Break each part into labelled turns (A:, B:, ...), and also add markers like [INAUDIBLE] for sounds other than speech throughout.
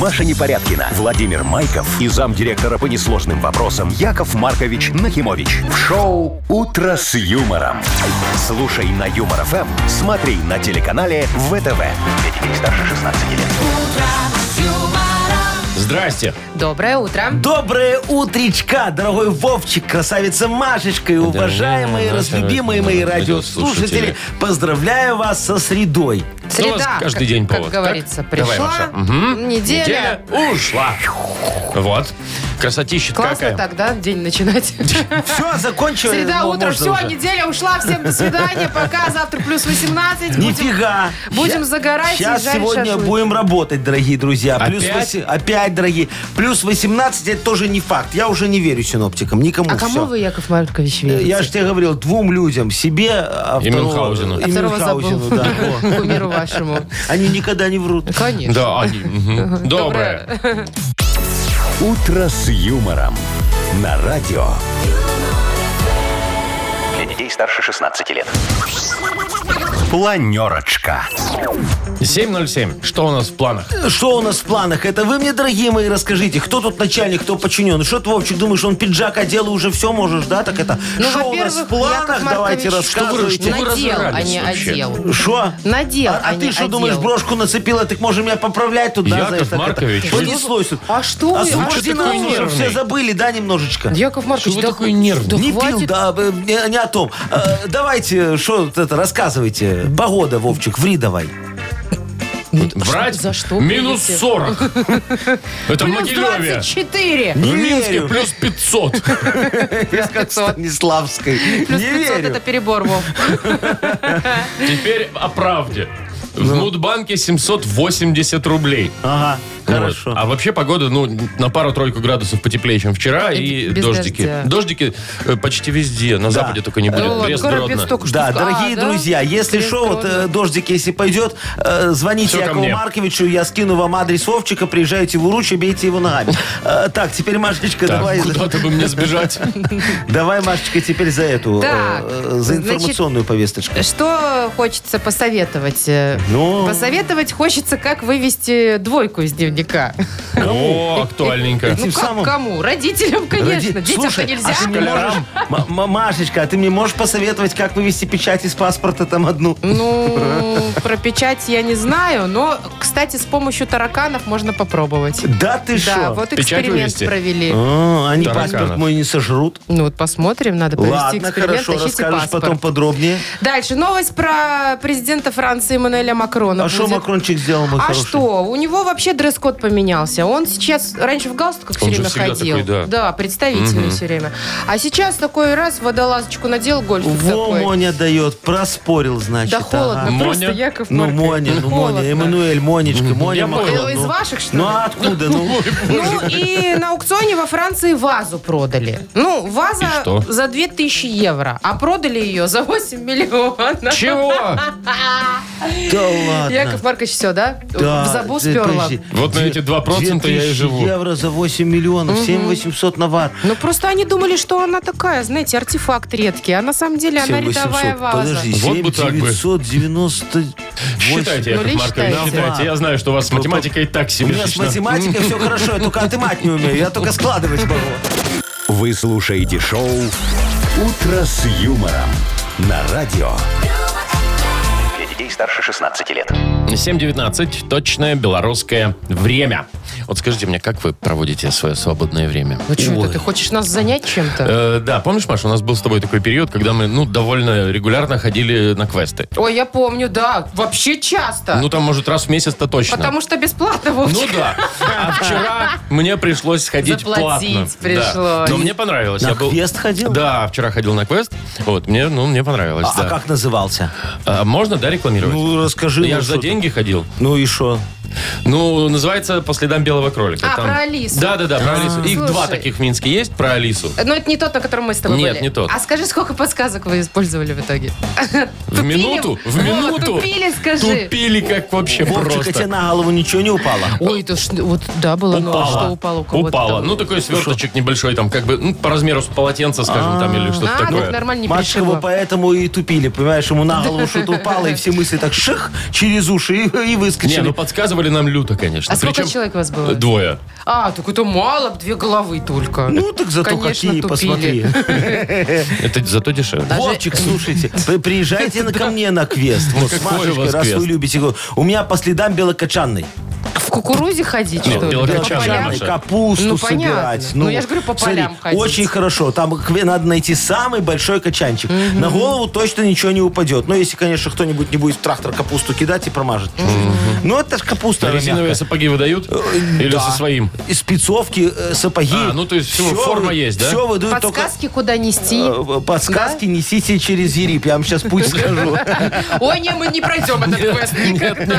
A: Маша Непорядкина, Владимир Майков и замдиректора по несложным вопросам Яков Маркович Нахимович. В шоу «Утро с юмором». Слушай на Юмор ФМ, смотри на телеканале ВТВ. детей старше 16 лет.
B: Здрасте.
C: Доброе утро.
D: Доброе утречка, дорогой Вовчик, красавица Машечка и уважаемые,
B: Да,
D: разлюбимые мои радиослушатели.
B: радиослушатели.
D: Среду. Поздравляю вас со средой.
B: у вас
C: Среда,
B: каждый
C: как-
B: день
C: как
B: повод, так?
C: говорится,
B: Давай,
C: пришла,
B: Маша.
C: неделя.
B: Неделя ушла. Вот. Красотища
C: Классно
B: какая.
C: тогда день
D: [LAUGHS]
C: начинать.
D: Все, закончилось.
C: Среда,
D: ну,
C: утро,
D: можно
C: все,
D: уже.
C: неделя ушла, всем до свидания, пока, завтра плюс 18. будем-
D: Нифига.
C: будем загорать и
D: Сейчас
C: жарить
D: сегодня
C: шашлыки.
D: будем работать, дорогие друзья. Плюс
B: Опять?
D: восе- опять, дорогие. Плюс 18 это тоже не факт. Я уже не верю синоптикам, никому
C: А кому
D: всё.
C: вы, Яков Маркович,
D: Э,
C: верите?
D: Я же тебе говорил, двум людям, себе, а
B: И
D: второго-
B: Мюнхгаузену.
D: и
C: А второго
D: Мюнхгаузену,
C: забыл.
D: да.
C: [LAUGHS]
D: Во.
C: Кумиру вашему.
D: Они никогда не врут.
C: Конечно.
B: Да, они. мгм. Доброе.
A: «Утро с юмором» на радио. Для детей старше 16 лет. Планерочка.
B: 7.07. Что у нас в планах?
D: Что у нас в планах? Это вы мне, дорогие мои, расскажите, кто тут начальник, кто подчинен. Что ты, Вовчик, думаешь, он пиджак одел и уже все можешь, да? Так это,
C: Ну,
D: что у нас в
C: во-первых,
D: планах,
C: Яков
D: давайте
C: Маркович, что вы-
D: рассказывайте.
B: вы
C: Надел, а
B: разорались
C: не
B: вообще?
C: одел.
D: Что?
C: Надел,
D: А, а
C: не
D: ты что
C: одел.
D: думаешь, брошку нацепила, так можешь меня поправлять тут, да?
B: Яков
D: знаешь, так это.
B: Маркович, вы-
D: Понеслось тут.
C: А что вы?
D: А
C: А
D: слушай,
B: что
D: ты
B: такой
D: думаешь,
B: нервный?
D: Все забыли, да, немножечко?
C: Яков Маркович,
B: вы
C: да
B: такой
C: хватит-
B: нервный?
C: да
D: не пил,
C: хватит.
D: да, э, не, не о том. Э, давайте, что это, рассказывайте. Погода, Вовчик, ври давай.
B: Врать?
C: за что
B: Минус
C: будете? [LAUGHS]
B: 40. Это в
C: Плюс
B: Могилеве.
C: 24.
B: В
D: Не
B: Минске
D: верю.
B: плюс 500.
D: Я как в Станиславской.
C: Плюс
D: Не
C: 500
D: верю.
C: это
B: [LAUGHS]
C: перебор, Вов.
B: Теперь о правде. В Мудбанке 780 рублей.
D: Ага, хорошо.
B: Вот. А вообще погода, ну, на пару-тройку градусов потеплее, чем вчера, и,
C: И без
B: дождики.
C: дождя.
B: Дождики э, почти везде, на западе только не будет.
C: Да Ну ладно,
B: Брест,
C: Горобец
B: Гродно.
C: только что
D: Да,
C: сказал. А,
D: дорогие
C: да?
D: друзья, если
C: Брест,
D: что, вот э,
C: Гродно.
D: дождик, если пойдет, э, звоните
B: Всё ко
D: Якову
B: мне.
D: Марковичу, я скину вам адрес Вовчика, приезжайте в Уруч и бейте его ногами. Э, Так, теперь, Машечка,
B: Так,
D: давай,
B: Куда-то бы мне сбежать.
D: давай, Машечка, теперь за эту,
C: Так,
D: э, за
C: значит,
D: информационную повесточку.
C: Что хочется посоветовать? э,
D: э, Ну?
C: Посоветовать хочется, как вывести двойку из
D: [LAUGHS]
C: дневника.
B: О, актуальненько.
D: Тем
C: Ну, как
D: самым-
C: кому? Родителям, конечно.
D: Ради-
C: Детям-то
D: Слушай,
C: нельзя.
D: а ты мне
B: Школярам.
D: можешь- М- М- Машечка, а ты мне можешь посоветовать, как вывести печать из паспорта там одну? [LAUGHS]
C: Ну, про печать я не знаю, но, кстати, с помощью тараканов можно попробовать.
D: Да ты
C: Да,
D: что?
C: вот
B: Печать
C: эксперимент
B: вывести?
C: провели.
D: А, Они
B: Тараканов.
D: паспорт мой не сожрут.
C: Ну вот посмотрим, надо провести
D: Ладно,
C: эксперимент,
D: хорошо,
C: тащите
D: расскажешь
C: паспорт.
D: потом подробнее.
C: Дальше новость про президента Франции Эммануэля Макрона.
D: А что
C: будет.
D: Макрончик сделал, мой
C: А
D: хороший?
C: что? У него вообще дресс-код поменялся. Он сейчас раньше в галстуках все
B: Он же
C: время
B: всегда
C: ходил.
B: такой, да.
C: представительный все время. А сейчас такой раз водолазочку надел, гольфик
D: Во,
C: такой.
D: Моня дает, проспорил, значит.
C: да холодно,
D: ага.
C: просто
B: Моня?
C: Яков
D: Ну,
C: Маркович,
D: Моня, ну,
C: холодно.
D: Моня, Эммануэль, Монечка, Моня
B: Я понял.
D: Макрон,
C: Э, из
D: ну.
C: ваших, что ли?
D: Ну, а откуда, ну?
C: Ну и на аукционе во Франции вазу продали. Ну,
B: И
C: ваза
B: что?
C: за 2000 евро, а продали ее за 8 миллионов.
D: [LAUGHS]
B: Чего?
D: Да ладно.
C: Яков Маркович, все, да?
D: Да,
C: В забу
D: ты
C: сперла.
D: подожди.
B: Вот на
D: Две-
B: эти 2% я и
D: 2000
B: живу.
D: евро за 8 миллионов, 7800 навар.
C: Ну, просто они думали, что она такая, знаете, артефакт редкий. А на самом деле она рядовая
D: 7800,
C: ваза.
D: подожди,
B: Вот бы так бы.
D: 7998.
B: Считайте,
C: Ну,
B: Яков
C: лишь
B: Маркович,
C: считайте.
B: считайте. Я знаю, что у вас с математикой и так
D: Ну, У
B: себе
D: меня с
B: лично.
D: математикой все хорошо, я только отымать не умею, я только складывать могу.
A: Вы слушаете шоу «Утро с юмором» на радио. Для детей старше 16 лет.
B: 7.19, точное белорусское время. Вот скажите мне, как вы проводите свое свободное время?
C: Ну, что это, ты хочешь нас занять чем-то?
B: Э, да, помнишь, Маша, у нас был с тобой такой период, когда мы, ну, довольно регулярно ходили на квесты.
C: Ой, я помню, да, вообще часто.
B: Ну, там, может, раз в месяц-то точно.
C: Потому что бесплатно,
B: Ну
C: Вовчик.
B: да. А вчера мне пришлось сходить
C: Заплатить
B: платно. Да.
C: пришлось.
B: Но мне понравилось.
D: На
B: Я был-
D: квест ходил?
B: Да, вчера ходил на квест. Вот, мне, ну, мне понравилось,
D: А
B: да.
D: как назывался?
B: А можно, да, рекламировать?
D: Ну, расскажи.
B: я
D: ну,
B: же за
D: что ты.
B: деньги ходил.
D: Ну и что?
B: Ну, называется «По следам белого кролика».
C: А, про Алису. А,
B: Да, да, да, про Алису. Их
C: Слушай.
B: два таких в Минске есть про Алису.
C: Но это не тот, на котором мы с тобой
B: Нет,
C: были.
B: не тот.
C: А скажи, сколько подсказок вы использовали в итоге?
B: В минуту, в
C: Вова,
B: минуту.
C: тупили, скажи.
B: Тупили, как вообще
D: Вовчик, а тебе
B: просто.
D: на голову ничего не упало?
C: Ой, это ж, вот, да, было новость, что упало у кого-то.
B: Упало.
C: там.
B: Ну, такой сверточек небольшой, там, как бы, ну, по размеру с полотенца, скажем, там, или что-то
C: а, ну,
B: такое.
C: нормально не
D: Машка
C: пришибло.
D: его поэтому и тупили, понимаешь, ему на голову что-то упало, и все мысли так ших через уши и, и
B: Не,
D: выскочили.
B: ну подсказывать Рассказывали нам люто, конечно.
C: А сколько
B: Причем
C: человек у вас было?
B: Двое.
C: А, так это мало, две головы только.
D: Ну, так зато
C: Конечно,
D: какие,
C: тупили.
D: посмотри.
B: Это зато дешевле.
C: Даже- [LAUGHS]
D: Вовчик, слушайте, при- приезжайте на- ко мне на квест. Вот, с
B: какой у
D: Машечкой,
B: вас
D: раз
B: квест?
D: вы любите. говорю, У меня по следам белокочанной.
C: В кукурузе ходить,
B: Нет,
C: что ли?
B: белокочанная
C: По
B: Белокочанная
C: полям?
B: Маша.
D: капусту
C: Ну, понятно.
D: собирать.
C: Ну, я ж говорю, по полям ходить.
D: Очень хорошо. Там кве- надо найти самый большой качанчик. На голову точно ничего не упадет. Ну, если, конечно, кто-нибудь не будет в трактор капусту кидать и промажет. Ну, это ж капуста.
B: А
D: она
B: резиновые
D: мягкая. Э,
B: сапоги выдают? Или
D: Да.
B: со своим?
D: И спецовки, э, сапоги.
B: А, ну, то есть всё, форма есть, да?
D: Все выдают Ну, только...
C: Подсказки куда нести?
D: Э, Подсказки несите через Ериб. Я вам сейчас
B: [LAUGHS]
D: путь скажу.
C: Ой, не, мы не пройдем этот квест никогда.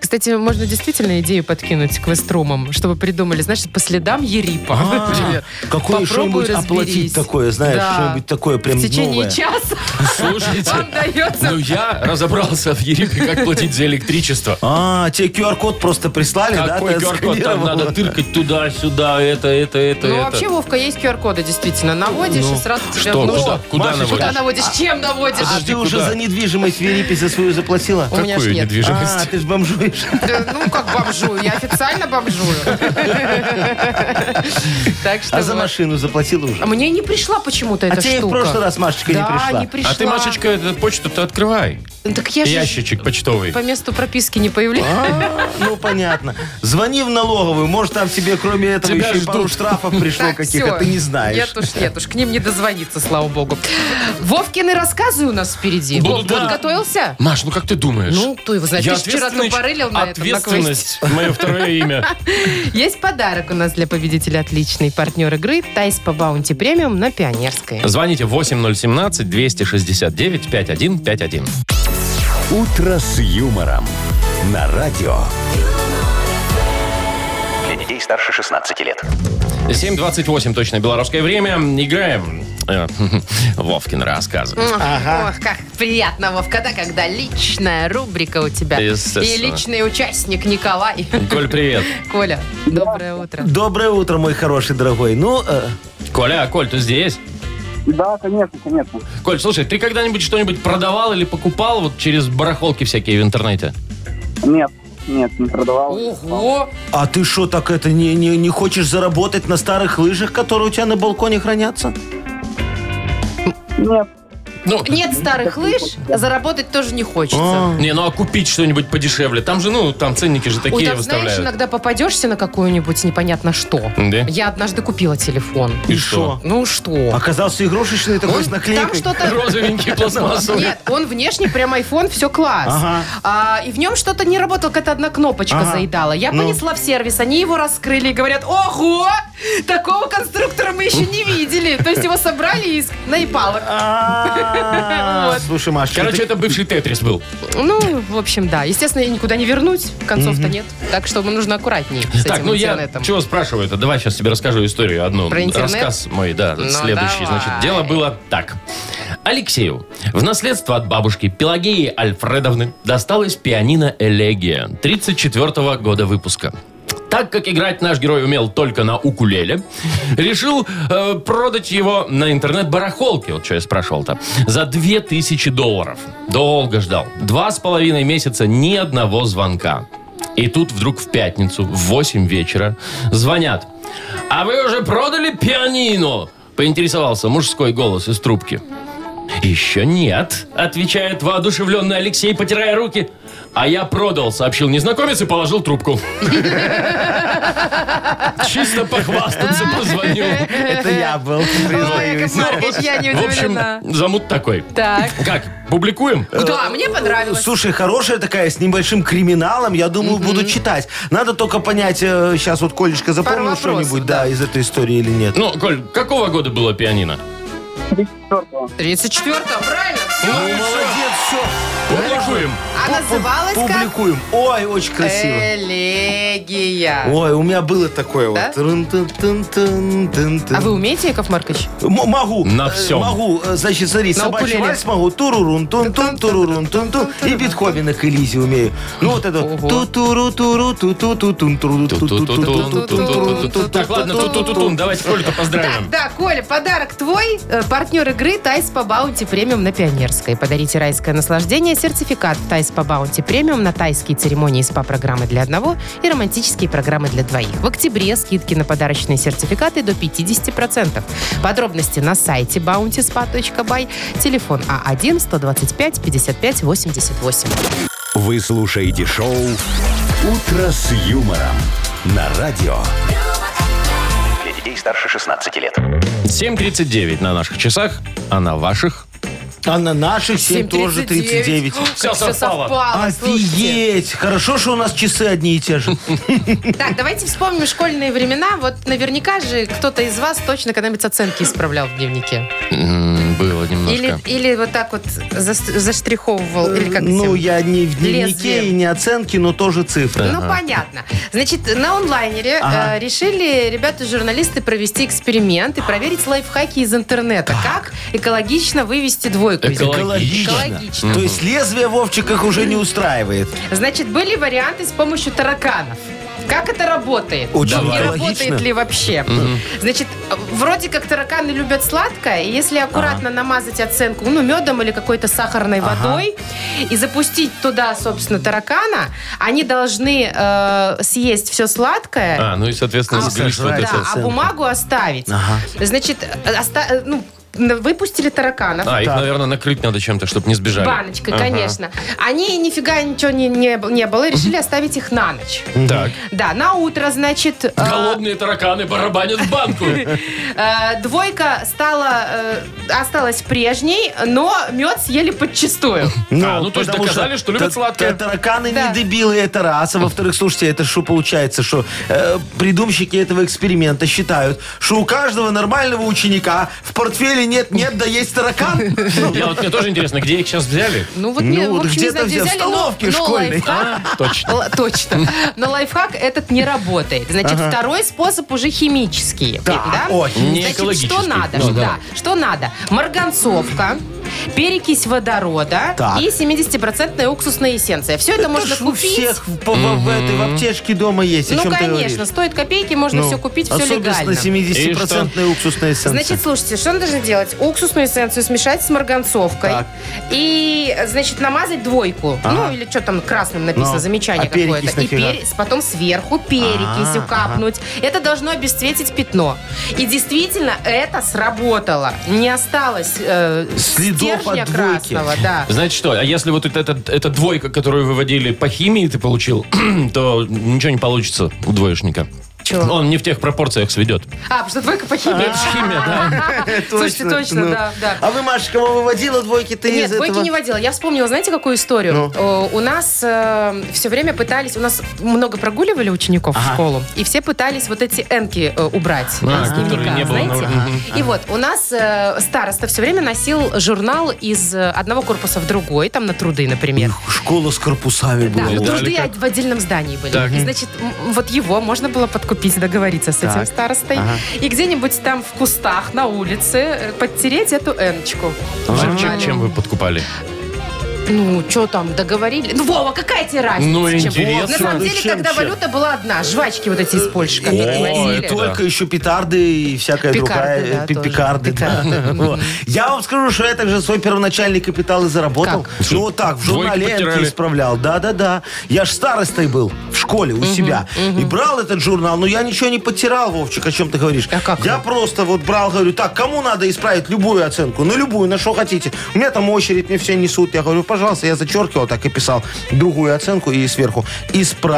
C: Кстати, можно действительно идею подкинуть квеструмам, чтобы придумали, значит, по следам Ерипа. [LAUGHS] например.
D: А, Какое
C: Попробуй
D: что-нибудь
C: разберись.
D: оплатить такое, знаешь,
C: Да.
D: что-нибудь такое прям
C: В течение
D: новое.
C: часа
D: [LAUGHS]
B: Слушайте,
C: вам дается...
B: ну я разобрался в Ерипе, как платить за электричество.
D: А, тебе QR-код просто прислали, да?
B: Какой
D: ты
B: qr Там
D: отсканировал?
B: надо тыркать туда-сюда, это, это, это,
C: Ну,
B: это.
C: вообще, Вовка, есть QR-коды, действительно. Наводишь, и сразу тебя...
B: Что,
C: Ну,
B: куда, куда
D: Машечка,
C: Куда
B: наводишь?
C: наводишь? Чем наводишь?
D: А
B: Подожди,
D: ты уже
B: куда?
D: за недвижимость в Ерипе свою заплатила?
C: у меня ж
B: Какую
C: нет.
D: А,
B: недвижимость?
D: ты ж
B: [LAUGHS]
D: бомжуешь.
C: Да, Ну, как бомжую. Я официально бомжую.
D: [LAUGHS]
C: Так что...
D: А за
C: вот.
D: машину заплатила
C: А
D: уже?
C: Мне не пришла почему-то
D: А
C: эта штука.
D: тебе и в прошлый раз Машечка не
C: Да,
D: пришла.
C: не пришла.
B: А ты, Машечка, эту почту-то открывай.
C: Ну, Так я же
B: Ящичек почтовый.
C: по месту прописки не появляюсь.
D: А, Ну, понятно. Звони в налоговую. Может, там тебе, кроме этого,
B: Тебя
D: еще и пару
B: ждут.
D: штрафов пришло
C: Так,
D: каких-то.
C: всё.
D: Ты не знаешь.
C: Нет уж, нет уж, к ним не дозвониться, слава богу. Вовкины рассказы у нас впереди.
B: Будут,
C: Вот
B: будут.
C: Подготовился?
B: Маш, ну как ты думаешь?
C: Ну, кто его знает.
B: Я
C: Ты ж вчера
B: ответственный ч-
C: тупорылил на этом, на квесте.
B: Ответственность. Мое второе имя.
C: Есть подарок у нас для победителя отличный. Партнер игры Тайс по Баунти Премиум на Пионерской.
B: Звоните 8017-269-5151.
A: «Утро с юмором» на радио. Для детей старше 16 лет.
B: 7.28 точно белорусское время. Играем. Э, [LAUGHS] Вовкин рассказывает.
C: Ох, как приятно, Вовка, да, когда личная рубрика у тебя.
B: Естественно.
C: И личный участник Николай. [LAUGHS]
B: Коль, привет.
C: Коля, доброе утро.
D: Доброе утро, мой хороший дорогой. Ну, э,
B: Коля, а Коль, ты здесь?
E: Да, конечно, конечно.
B: Коль, слушай, ты когда-нибудь что-нибудь продавал или покупал вот через барахолки всякие в интернете?
E: Нет, нет, не продавал.
C: Ого!
D: а ты что, так это, не, не, не хочешь заработать на старых лыжах, которые у тебя на балконе хранятся?
E: Нет,
B: Ну,
C: Нет старых лыж, заработать тоже не хочется.
B: не, ну а купить что-нибудь подешевле? Там же, ну, там ценники же
C: Ой,
B: такие
C: там, знаешь,
B: выставляют.
C: иногда попадешься на какую-нибудь непонятно что.
B: Да?
C: Я однажды купила телефон.
B: И
D: И
B: что?
D: что?
C: Ну что?
D: Оказался игрушечный такой А с
C: Там
D: наклейкой.
C: что-то...
B: Розовенький пластмассовый.
C: Нет, он внешне прям iPhone, все класс.
D: Ага.
C: А, и в нем что-то не работало, какая-то одна кнопочка
D: Ага.
C: заедала. Я
D: Ну.
C: понесла в сервис, они его раскрыли и говорят, ого, такого конструктора мы еще не видели. То есть его собрали из наипалок.
D: А,
C: Вот.
D: Слушай, Машечка,
B: Короче,
D: ты-
B: это бывший Тетрис был.
C: Ну, в общем, да. Естественно, я никуда не вернусь, концов-то нет. Так что нужно аккуратнее с
B: Так,
C: этим
B: ну я
C: интернетом.
B: чего спрашиваю-то? Давай сейчас тебе расскажу историю одну.
C: Про интернет?
B: Рассказ мой, да,
C: Ну,
B: следующий.
C: давай.
B: Значит, дело было так. Алексею в наследство от бабушки Пелагеи Альфредовны досталось пианино «Элегия» 34 года выпуска. Так как играть наш герой умел только на укулеле, решил э, продать его на интернет-барахолке, вот что я спрашивал-то, за 2000 долларов. Долго ждал. Два с половиной месяца ни одного звонка. И тут вдруг в пятницу в 8 вечера звонят. «А вы уже продали пианино?» Поинтересовался мужской голос из трубки. «Еще нет», — отвечает воодушевленный Алексей, потирая руки. «А я продал», — сообщил незнакомец и положил трубку. Чисто похвастаться позвонил.
D: это я был,
C: Ой,
D: признаюсь.
C: Яков Маркович, я не
B: В общем,
C: удивлена.
B: замут такой.
C: Так.
B: Как, публикуем?
C: Да, мне понравилось.
D: Слушай, хорошая такая, с небольшим криминалом, я думаю, буду читать. Надо только понять, э, сейчас вот Колечка запомнил
C: вопросов,
D: что-нибудь, да, из этой истории или нет.
B: Ну, Коль, какого года было пианино?
E: 34
C: 34 правильно? Все.
B: Ну,
D: молодец, все.
B: Публикуем.
C: А называлась как?
D: Публикуем. Ой, очень красиво.
C: Элегия.
D: Ой, у меня было такое
C: Да?
D: вот. Трын-тын-тын-тын-тын-тын.
C: А вы умеете, Яков Маркович?
D: М- Могу.
B: На
D: Э,
B: всем.
D: Могу. Э, Значит, смотри,
C: На
D: собачий
C: укулеле.
D: вальс могу. Турурун, тун тун турурун, тун тун И Бетховен и Элизи умею. Ну, вот это вот.
C: Ого.
D: Ту-туру, туру, ту-ту-ту, тун туру, ту-ту-ту, тун туру, ту-ту-ту.
B: Ту-ту-ту-ту-ту-ту-ту-ту. Так, ладно, ту-ту-ту-тун, давайте Колю-то поздравим.
C: Так, да, Коля, подарок твой. Э, Партнер игры «Тайс по баунти премиум» на Пионерской. Подарите райское наслаждение, сертификат в «Тайс по баунти премиум» на тайские церемонии и СПА-программы для одного и романтические программы для двоих. В октябре скидки на подарочные сертификаты до 50%. Подробности на сайте bountyspa.by. Телефон А А1-125-55-88.
A: Вы слушаете шоу «Утро с юмором» на радио. Для детей старше 16 лет.
B: 7.39 на наших часах, а на ваших?
D: А на наших 7 тоже 39.
B: Всё совпало.
C: слушайте.
D: Офигеть! Хорошо, что у нас часы одни и те же.
C: Так, давайте вспомним школьные времена. Вот наверняка же кто-то из вас точно когда-нибудь оценки исправлял в дневнике.
B: М, Было
C: Или,
B: немножко.
C: или вот так вот зас- заштриховывал. Или как
D: Ну,
C: всем?
D: я не в дневнике
C: Лезвием.
D: и не оценки, но тоже цифры.
C: Ну, понятно. Значит, на онлайнере
D: Ага.
C: э, решили ребята-журналисты провести эксперимент и проверить лайфхаки из интернета. Как экологично вывести двойку из
B: Эколог-
C: Экологично.
D: То есть лезвие Вовчик их уже не устраивает.
C: Значит, были варианты с помощью тараканов. Как это работает?
D: Очень
C: И
D: логично.
C: работает ли вообще? Значит, э, вроде как тараканы любят сладкое, и если аккуратно намазать оценку, ну, медом или какой-то сахарной водой, и запустить туда, собственно, таракана, они должны э, съесть все сладкое,
B: А, ну и, соответственно,
D: А,
B: сгрызть вот
D: сожрать.
B: это.
C: да, а
D: оценку.
C: бумагу оставить.
D: Ага.
C: Значит, э, оста- э, ну, на- выпустили тараканов.
B: А, их,
D: Так.
B: наверное, накрыть надо чем-то, чтобы не сбежали.
C: Баночкой,
B: Ага.
C: конечно. Они нифига ничего не, не, б- не было и решили оставить их на ночь.
B: Так.
C: Да, на утро, значит, э,
B: Голодные тараканы барабанят в банку.
C: э, двойка стала, э, осталась прежней, но мед съели подчистую.
B: А, ну, то есть
D: потому
B: доказали, что любят
D: та-
B: сладкое.
D: та- Тараканы
C: Да.
D: не дебилы, это раз. А во-вторых, слушайте, это что получается, что э, придумщики этого эксперимента считают, что у каждого нормального ученика в портфеле нет-нет, да
C: [LAUGHS]
D: есть таракан.
B: [LAUGHS] Я вот мне тоже интересно, где их сейчас взяли?
C: Ну вот,
D: Ну,
C: не, в
D: вот
C: общем, не
D: где-то
C: знаю, где
D: в
C: взяли, но-
D: столовке
C: но
D: школьной.
C: лайфхак-
D: А?
B: Точно.
C: л- Точно. Но лайфхак этот не работает. Значит, второй способ уже химический. Да?
D: Ой,
B: Не
C: Значит,
B: экологический.
C: что надо?
B: Ну,
C: что-
B: давай.
C: да, что надо? Марганцовка, перекись водорода
D: Так.
C: и 70% уксусная эссенция. Все это, можно
D: ж у
C: купить.
D: всех в, по- в- в этой в аптечке дома есть. О
C: ну,
D: чем ты
C: конечно,
D: говоришь?
C: стоит копейки, можно
D: Ну,
C: все купить, все легально.
D: Особенно 70-процентная уксусная эссенция.
C: Значит, слушайте, что он должен делать? Уксусную эссенцию смешать с марганцовкой.
D: Так.
C: И, значит, намазать двойку.
D: Ага.
C: Ну, или что там красным написано,
D: Ну,
C: замечание
D: а перекись
C: какое-то. И
D: нафига?
C: пере- потом сверху перекись
D: А,
C: укапнуть. Это должно обесцветить пятно. И действительно, это сработало. Не осталось э,
D: Следов
C: стержня
D: от двойки.
C: красного. Да.
B: Знаете что, а если вот это, это, это двойка, которую выводили по химии, ты получил, [CLEARS THROAT] то ничего не получится у двоечника.
C: Чего?
B: Он не в тех пропорциях сведет.
C: А, потому что двойка по химии.
B: Это ж химия, да.
C: [LAUGHS] Слушайте, точно,
D: А, ну.
C: да, да.
D: А вы, Машечка, кого выводила двойки-то
C: Нет,
D: из
C: двойки
D: этого?
C: не водила. Я вспомнила, знаете, какую историю?
B: Ну.
C: Э, У нас все время пытались, у нас много прогуливали учеников в школу, и все пытались вот эти энки э, убрать.
B: А,
C: из
B: которые
C: дневника,
B: не было на
C: знаете?
B: ура-
C: И вот у нас э, староста все время носил журнал из э, одного корпуса в другой, там на труды, например.
D: Школа с корпусами
C: Да,
D: была.
B: Видали
C: труды
B: как?
C: в отдельном здании были.
B: Так.
C: И, значит, м, вот его можно было подкупить, договориться с этим
D: Так.
C: старостой.
D: Ага.
C: И где-нибудь там в кустах на улице э, подтереть эту эночку. в
B: Чем-
C: журнале.
B: Чем вы подкупали?
C: Ну, что там, договорили? Ну, Вова, какая тебе разница?
B: Ну,
C: чем?
B: интересно.
C: На самом
D: Ну,
C: деле,
D: чем,
C: когда
D: чем?
C: валюта была одна, жвачки вот эти из Польши, которые
B: О,
C: возили.
B: это
D: Только еще петарды и всякая
C: Пикарды, да,
D: другая. пи-
C: тоже.
D: Пикарды, да.
C: Пикарды,
D: [LAUGHS] Вот. Я вам скажу, что я также свой первоначальный капитал и заработал.
C: Как?
D: Ну, вот так, в журнале
B: Двойки
D: «Энки»
B: потирали.
D: исправлял. Да-да-да. Я ж старостой был в школе у себя. И брал этот журнал, но я ничего не потирал, Вовчик, о чем ты говоришь.
C: А как
D: Я просто вот брал, говорю, так, кому надо исправить любую оценку? На любую, на что хотите. У меня там очередь, мне все несут. Я говорю, пожалуйста, я зачеркивал так и писал другую оценку и сверху.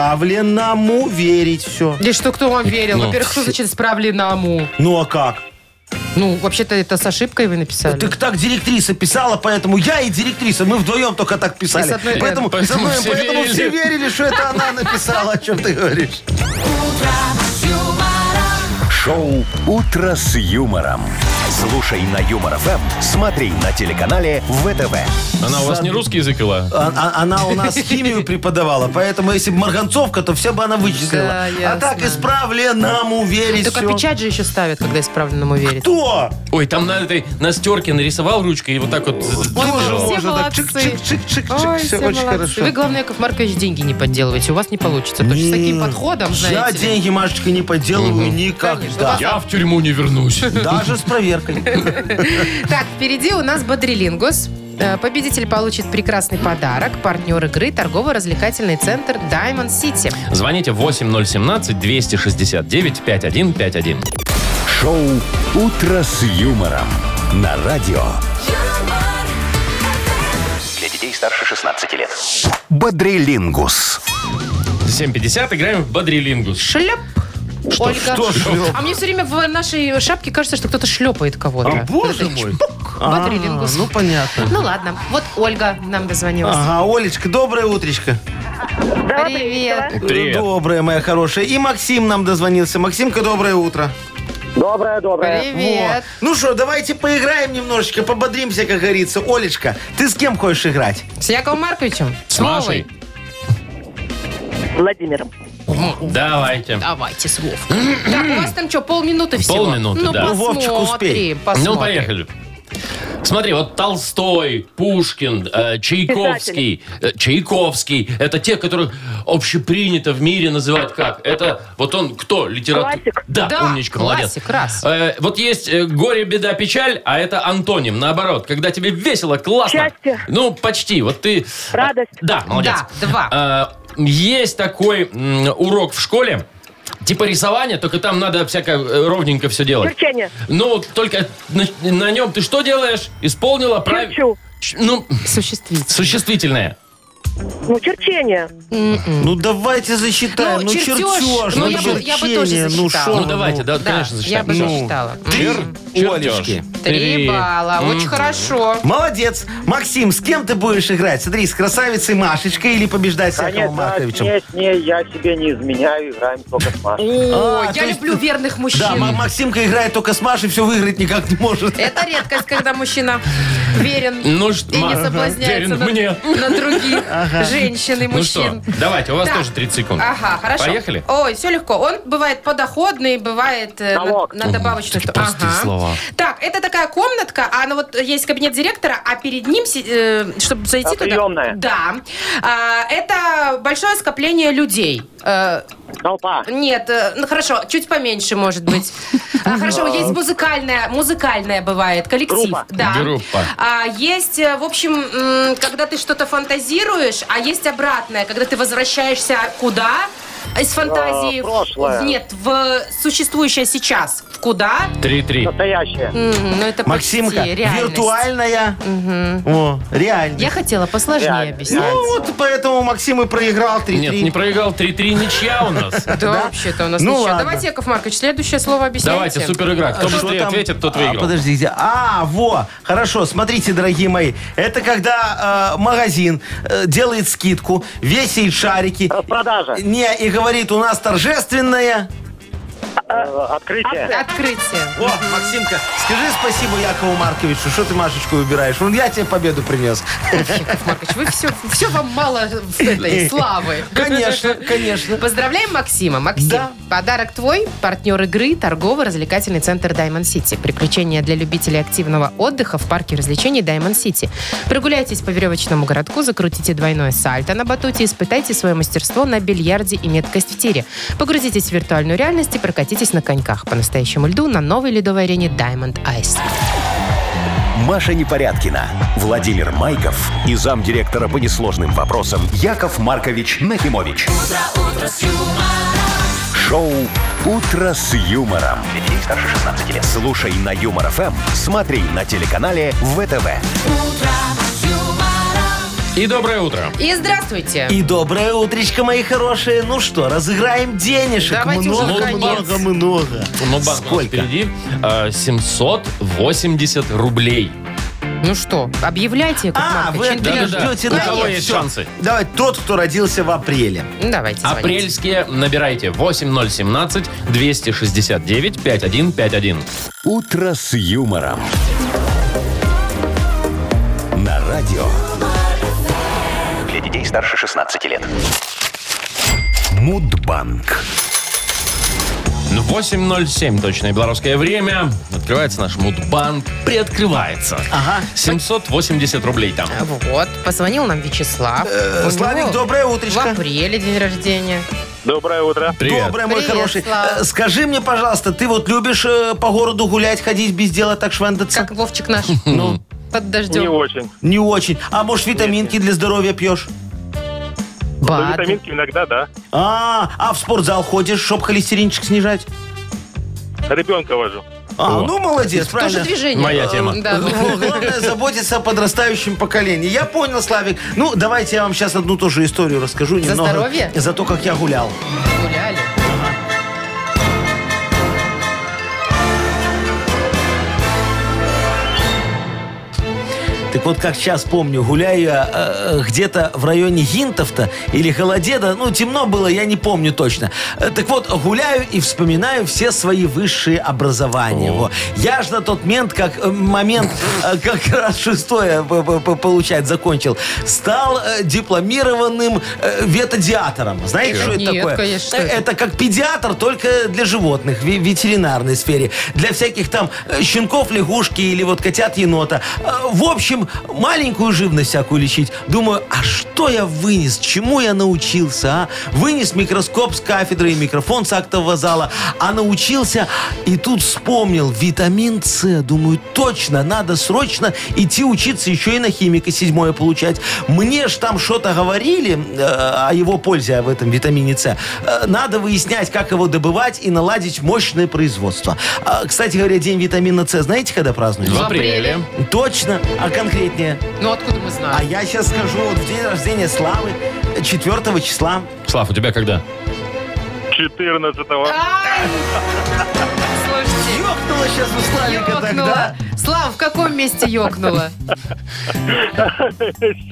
D: Исправленному верить все.
C: Да что, кто вам верил?
B: Ну.
C: Во-первых, что значит справленному?
D: Ну а как? Ну,
C: Ну, вообще-то это с ошибкой вы написали.
D: Так так директриса писала, поэтому я и директриса, мы вдвоем только так
C: И
D: писали.
C: с одной-
D: Поэтому,
B: Поэтому
D: со мной-
B: все
D: поэтому все верили, что это она написала, о чем ты говоришь.
A: Шоу «Утро с юмором». Слушай на Юмор ФМ, смотри на телеканале ВТВ.
B: Она у вас не русский язык вела?
D: А- а- Она у [LAUGHS] нас химию преподавала, поэтому если бы марганцовка, то все бы она
C: Да,
D: вычислила. А
C: ясно.
D: так исправленному верить
C: Только
D: всё.
C: а печать же еще ставят, когда исправленному верит.
D: Кто?
B: Ой, там на этой на стерке нарисовал ручкой и вот так вот.
D: Боже,
C: все
D: боже, да,
C: молодцы. Ой,
D: чик-чик-чик-чик-чик, все
C: все
D: очень
C: молодцы.
D: хорошо.
C: Вы, главное, Яков Маркович, деньги не подделываете. У вас не получится. Точно с таким
D: Не,
C: подходом,
D: Я
C: знаете ли.
D: деньги, Машечка, не подделываю никогда.
B: Я в тюрьму не вернусь.
D: Даже с проверкой.
C: Так, впереди у нас Бодрилингус. Э, Победитель получит прекрасный подарок. Партнер игры – торгово-развлекательный центр Diamond City.
B: Звоните 8017-269-5151.
A: Шоу «Утро с юмором» на радио.
F: юмор,
G: Для детей старше 16 лет.
A: Бодрилингус.
B: 7.50, играем в Бодрилингус.
C: Шлеп. Ольга.
D: Что ж, Лёв?
C: А мне все время в нашей шапке кажется, что кто-то шлепает кого-то.
D: А, боже мой. А,
C: Бодрилингус.
D: Ну, понятно.
C: Ну ладно, вот Ольга нам дозвонилась.
D: Ага, Олечка, доброе утречко.
C: Привет.
B: Привет.
D: Доброе, моя хорошая. И Максим нам дозвонился. Максимка, доброе утро.
E: Доброе, доброе.
C: Привет.
D: Во. Ну что, давайте поиграем немножечко, пободримся, как говорится. Олечка, ты с кем хочешь играть?
C: С Яковом Марковичем?
B: С Машей?
H: Владимиром.
B: Давайте.
C: Давайте, с Вовкой. Так, у вас там что, полминуты всего?
B: Полминуты,
C: ну,
B: да.
D: Ну, Вовчик, успей.
C: посмотрим, посмотрим.
B: Ну, поехали. Смотри, вот Толстой, Пушкин, э, Чайковский, э, Чайковский, это те, которых общепринято в мире называть как? Это вот он кто? Литератур...
H: Классик.
B: Да,
C: Да,
B: умничка,
C: классик,
B: молодец.
C: раз.
B: Э, вот есть э, горе, беда, печаль, а это антоним, наоборот, когда тебе весело, классно.
H: Счастье.
B: Ну, почти, вот ты...
H: Радость.
B: Да, молодец.
C: Да, два.
B: Э, есть такой м, урок в школе, типа рисования, только там надо всякое э, ровненько все делать.
H: Черчение.
B: Ну, только на, на нем ты что делаешь? Исполнила правильно.
H: Черчу.
B: Ну,
C: Существительное.
B: существительное.
H: Ну, черчение.
D: Ну, давайте засчитаем.
C: Ну,
D: Ну,
C: чертеж.
D: чертеж.
C: Ну, я бы- я бы тоже
D: черчение, ну,
C: засчитала.
D: шо
B: Ну,
D: вы,
B: давайте, да,
C: Да,
B: конечно,
C: я бы
B: засчитаем.
C: засчитала. М.
D: Олечки.
C: Три балла. Очень хорошо.
D: А, Молодец. Максим, с кем ты будешь играть? Смотри, с красавицей Машечкой или побеждать с Яковом Марковичем?
E: нет, нет, я тебе не изменяю, играем только с Машей.
C: О,
D: А, то
C: я
D: есть
C: люблю верных
D: Да, Ма-
C: мужчин.
D: Максимка играет только с Машей, все выиграть никак не может.
C: Это редкость, когда мужчина верен
B: Ну, ш-
C: и не
B: Ма-
C: соблазняется
B: верен
C: на,
B: мне.
C: на других женщин и
B: Ну что,
C: мужчин.
B: давайте, у вас
C: Так.
B: тоже 30 секунд.
C: Ага, хорошо.
B: Поехали.
C: Ой, все легко. Он бывает подоходный, бывает э, на,
E: Налог.
C: на добавочную.
B: такие простые слова.
C: Так, это такая комнатка, а она вот есть кабинет директора, а перед ним, си- э, чтобы зайти
E: А,
C: туда.
E: приемная.
C: Да. А, это большое скопление людей. Э,
E: Толпа.
C: Нет, э, ну хорошо, чуть поменьше, может быть. А, Хорошо, есть музыкальная, музыкальная бывает, коллектив.
E: Группа.
C: Да.
B: Группа.
C: А, Есть, э, в общем, м, когда ты что-то фантазируешь, а есть обратное, когда ты возвращаешься куда? Из фантазии...
E: А, прошлое.
C: Нет, в существующее сейчас. В куда?
B: 3-3.
E: Настоящее.
C: М, Ну, это
D: Максимка,
C: почти реальность.
D: виртуальная. О, реальность.
C: Я хотела посложнее
E: Реально.
C: объяснить.
D: Ну вот поэтому Максим и проиграл 3-3.
B: Нет, не проиграл. 3-3 ничья у нас.
C: Да, вообще-то у нас
D: Ну,
C: ничего.
D: ладно.
C: Давайте, Яков Маркович, следующее слово объясняйте.
B: Давайте, супер игра. Кто
D: А Что
B: быстрее
D: там?
B: ответит, тот
D: А,
B: выиграл.
D: подождите. А, во, хорошо, смотрите, дорогие мои. Это когда э, магазин э, делает скидку, весит шарики.
E: Распродажа.
D: Не, и говорит, у нас торжественная.
E: Э, Открытие.
C: Открытие.
D: О, Максимка, скажи спасибо Якову Марковичу, что ты Машечку выбираешь. Вон я тебе
B: [LAUGHS]
D: победу принес.
C: Яков Маркович, вы все, все вам мало в этой славы.
D: Конечно, конечно.
C: Поздравляем Максима. Максим,
D: Да.
C: подарок твой. Партнер игры – торгово-развлекательный центр Diamond City. Приключения для любителей активного отдыха в парке развлечений Diamond City. Прогуляйтесь по веревочному городку, закрутите двойное сальто на батуте, испытайте свое мастерство на бильярде и меткость в тире. Погрузитесь в виртуальную реальность и прокатитесь на коньках по настоящему льду на новой ледовой арене Diamond Ice.
A: Маша Непорядкина, Владимир Майков и замдиректора по несложным вопросам Яков Маркович Нахимович. Шоу «Утро с юмором». Для детей старше 16 лет. Слушай на Юмор ФМ, смотри на телеканале ВТВ.
B: И доброе утро.
C: И здравствуйте.
D: И доброе утречко, мои хорошие. Ну что, разыграем денежек.
C: Давайте уже
D: много,
C: наконец.
D: много, много.
B: Ну, банк у нас
D: Сколько?
B: впереди. Э, 780 рублей.
C: Ну что, объявляйте, Яков
D: А,
C: Маркович,
D: вы от меня
C: интрижку.
B: Да-да-да.
D: ждете.
B: У
D: да,
B: кого
D: нет,
B: есть
D: всё.
B: шансы?
D: Давай, тот, кто родился в апреле.
C: Ну, давайте звоните.
B: Апрельские набирайте 8017-269-5151.
A: «Утро с юмором». На радио
G: Для детей старше 16 лет.
A: Мудбанк.
B: Ну, 8.07 точное белорусское время. Открывается наш мудбанк. Приоткрывается.
D: Ага.
B: 780 рублей там.
C: Вот, позвонил нам Вячеслав.
B: Э, ну,
C: У
D: Э, Славик,
C: него
D: доброе
C: В
D: утречко.
C: апреле день рождения.
E: Доброе утро.
B: Привет.
D: Доброе, мой
C: Привет,
D: хороший.
C: Слав.
D: Э, Скажи мне, пожалуйста, ты вот любишь э, по городу гулять, ходить без дела, так швендаться?
C: Как Вовчик наш.
D: Ну,
C: Под
E: Не
C: дождем.
E: очень.
D: не очень. А может, витаминки для здоровья пьешь?
E: Но
C: Бад.
E: витаминки иногда, да.
D: А, а в спортзал ходишь, чтоб холестеринчик снижать?
E: Ребенка вожу.
B: О.
D: А, ну молодец,
C: Тоже
D: правильно.
C: движение.
B: Моя тема.
C: Э, Да.
D: Во, Главное заботиться о подрастающем поколении. Я понял, Славик. Ну, давайте я вам сейчас одну тоже историю расскажу.
C: За
D: немного.
C: здоровье?
D: За то, как я гулял.
C: Гуляли.
D: Так вот, как сейчас помню, гуляю я э, э, где-то в районе Гинтов-то или Холодеда, ну, темно было, я не помню точно. Э, Так вот, гуляю и вспоминаю все свои высшие образования. Во. Я ж на тот момент, как э, момент, э, [LAUGHS] как раз шестое, п- п- п- получать, закончил, стал э, дипломированным э, ветодиатором. Знаете, что это
C: Нет,
D: такое?
C: конечно, что
D: Э,
C: это?
D: это как педиатр, только для животных, в ветеринарной сфере. Для всяких там э, щенков, лягушки или вот котят, енота. Э, В общем, маленькую живность всякую лечить. Думаю, а что я вынес? Чему я научился, а? Вынес микроскоп с кафедры и микрофон с актового зала. А научился и тут вспомнил витамин С. Думаю, точно, надо срочно идти учиться еще и на химика седьмое получать. Мне ж там что-то говорили э, о его пользе в этом витамине С. Э, Надо выяснять, как его добывать и наладить мощное производство. А, Кстати говоря, день витамина С, знаете, когда празднуют?
B: В
C: Да.
B: апреле.
D: Точно, а конкретнее.
C: Ну, откуда мы
D: А
C: знаем?
D: я сейчас скажу, вот в день рождения Славы, 4 числа.
B: Слав, у тебя когда?
E: 14-го.
C: Ай! Слушайте,
D: Ёкнуло сейчас у Славика
C: ёкнуло.
D: тогда.
C: Слава, в каком месте ёкнуло?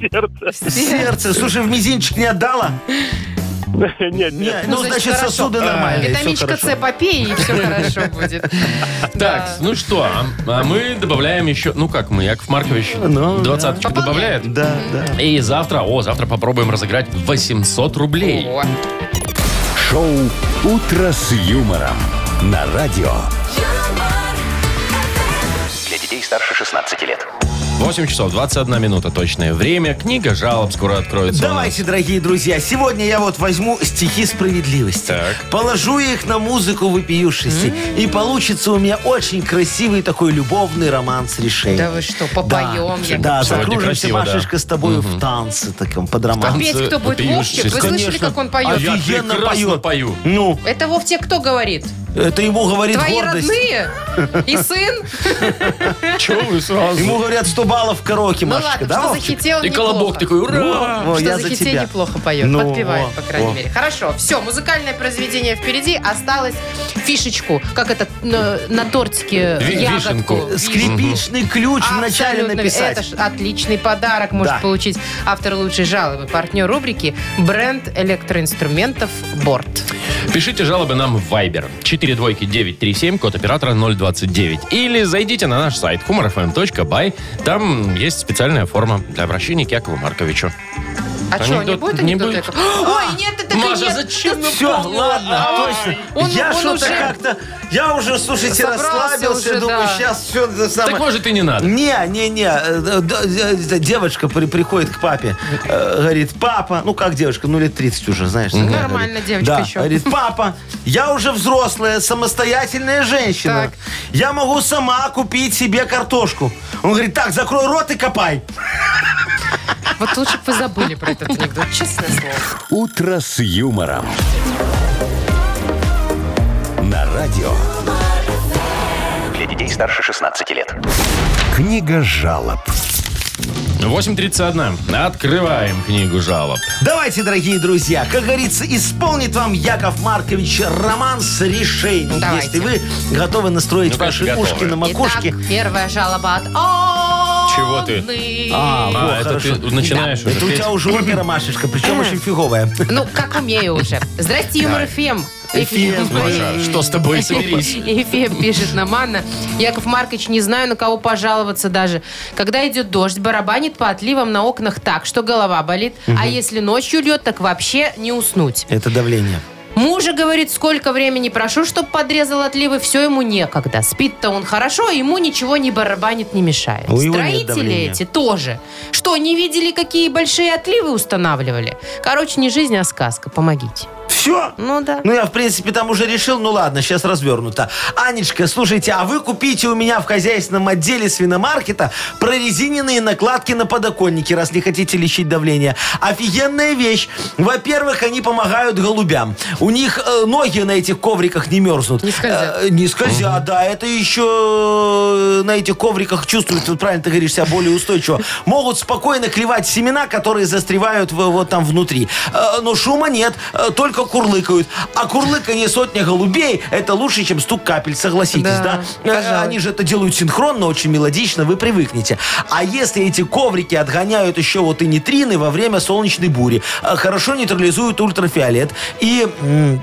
E: Сердце.
D: Сердце. Слушай, в мизинчик не отдала?
E: Нет,
D: Не,
E: нет.
C: Ну,
D: ну,
C: значит, хорошо.
D: значит,
C: А,
D: сосуды нормальные. всё
C: Витаминчика
D: хорошо.
C: С попей, и
D: [LAUGHS]
C: все хорошо будет.
B: Так,
C: Да.
B: ну что, а- а мы добавляем еще... Ну как мы, Яков Маркович
D: Ну, да.
B: двадцаточку добавляет?
D: Да, да.
B: И завтра, о, завтра попробуем разыграть 800 рублей.
C: О,
A: Шоу «Утро с юмором». На радио
F: юмор,
G: Для детей старше 16 лет.
B: 8 часов 21 минута точное время. Книга жалоб скоро откроется. у нас.
D: Давайте, дорогие друзья, сегодня я вот возьму стихи справедливости,
B: Так.
D: положу их на музыку вопиюшести, и получится у меня очень красивый такой любовный роман с решением.
C: Да вы что, попоем,
D: Да,
C: Яков
B: Сегодня
D: да закружимся,
B: красиво, да.
D: Машечка, с тобой в танце таком, под
C: А
D: роман.
B: танце?
C: петь кто будет
B: Вопиющий.
C: Вовчик? Вы слышали,
D: Конечно.
C: как он
B: А
C: поет?
B: я
D: Офигенно
B: прекрасно
D: поет.
B: пою.
D: Ну,
C: Это Вовте кто говорит?
D: это ему говорит
C: Твои
D: гордость.
C: родные? И
D: [LAUGHS]
C: сын?
B: Чего вы сразу?
D: Ему говорят 100 баллов в караоке,
C: Ну
D: Машечка,
C: ладно,
D: да,
C: что
D: Вовчик?
C: захотел,
B: И колобок
C: неплохо.
B: такой, ура!
D: Во,
C: Что
D: я за
C: захотел,
D: тебя.
C: неплохо поет.
D: Ну,
C: подпевает,
D: о,
C: по крайней
D: о.
C: мере. Хорошо, все, музыкальное произведение впереди. Осталось фишечку, как это, на, на тортике
B: Ви-
C: ягодку.
B: вишенку.
C: Виш-
D: Скрипичный ключ вначале
C: Абсолютно.
D: написать.
C: Это ж отличный подарок может
D: Да.
C: получить автор лучшей жалобы. Партнер рубрики «Бренд электроинструментов Борт».
B: Пишите жалобы нам в Viber. 42937, код оператора 029. Или зайдите на наш сайт humorfm.by. Там есть специальная форма для обращения к Якову Марковичу.
C: А что, не
B: Анекдот
C: будет
B: не
C: анекдот?
B: будет.
C: Яков?
D: [GASPS]
C: Ой, нет, это
B: Маша,
C: нет.
B: зачем Ну,
C: Да
D: Все,
C: вспомнила.
D: ладно,
C: Ай.
D: точно.
C: а, Он-
D: я
C: он
D: что-то
C: уже-
D: как-то... Я уже, слушайте,
C: Собрался
D: расслабился.
C: уже,
D: думаю,
C: да.
D: сейчас все
B: Так может и не надо.
D: Не, не, не. э, э, да, э, э, Девочка при- приходит к папе, э, говорит, папа, ну как девочка, ну лет 30 уже, знаешь. такая, говорит.
C: Нормально девочка
D: Да,
C: еще.
D: Говорит, папа, я уже взрослая, самостоятельная женщина.
C: Так.
D: Я могу сама купить себе картошку. Он говорит, так, закрой рот и копай.
C: Вот лучше бы вы забыли про этот анекдот, честное слово.
A: «Утро с юмором». На радио
G: Для детей старше 16 лет.
A: «Книга жалоб».
B: 8.31. Открываем книгу жалоб.
D: Давайте, дорогие друзья, как говорится, исполнит вам Яков Маркович роман с решением.
C: Давайте.
D: Если вы готовы настроить
B: Ну,
D: ваши
B: конечно,
D: ушки
B: готовы.
D: на макушке.
C: Итак, первая жалоба от... О,
B: чего ты?
C: Холодный.
D: А,
B: А,
D: вот,
B: это
D: хорошо.
B: ты начинаешь уже
D: Это у
B: петь?
D: тебя уже опера, Машечка, причем очень фиговая.
C: Ну, как умею уже. Здрасте, Юмор Эм. ФМ.
D: FM,
B: Маша, Эм что с тобой? Соберись.
C: Ефим Эм пишет нам Анна. Яков Маркович, не знаю, на кого пожаловаться даже. Когда идет дождь, барабанит по отливам на окнах так, что голова болит. А если ночью льет, так вообще не уснуть.
D: Это давление.
C: Мужа, говорит, сколько времени прошу, чтоб подрезал отливы, все ему некогда. Спит-то он хорошо, а ему ничего не барабанит, не мешает.
D: У него нет
C: Строители
D: давления.
C: эти тоже. Что, не видели, какие большие отливы устанавливали? Короче, не жизнь, а сказка. Помогите.
D: Все?
C: Ну да.
D: Ну, я, в принципе, там уже решил. Ну, ладно, сейчас развернуто. Анечка, слушайте, а вы купите у меня в хозяйственном отделе свиномаркета прорезиненные накладки на подоконнике, раз не хотите лечить давление. Офигенная вещь. Во-первых, они помогают голубям. У них э, ноги на этих ковриках не мерзнут.
C: Не скользят.
D: Э, не скользят, да. Это еще э, на этих ковриках чувствуется, вот правильно ты говоришь, себя более устойчиво. Могут спокойно клевать семена, которые застревают в- вот там внутри. Э, Но шума нет, э, только курлыкают. А курлыканье сотня голубей – это лучше, чем стук капель, согласитесь,
C: Да,
D: да? Э,
C: пожалуй.
D: Они же это делают синхронно, очень мелодично, вы привыкнете. А если эти коврики отгоняют еще вот и нейтрины во время солнечной бури, э, хорошо нейтрализуют ультрафиолет и... м,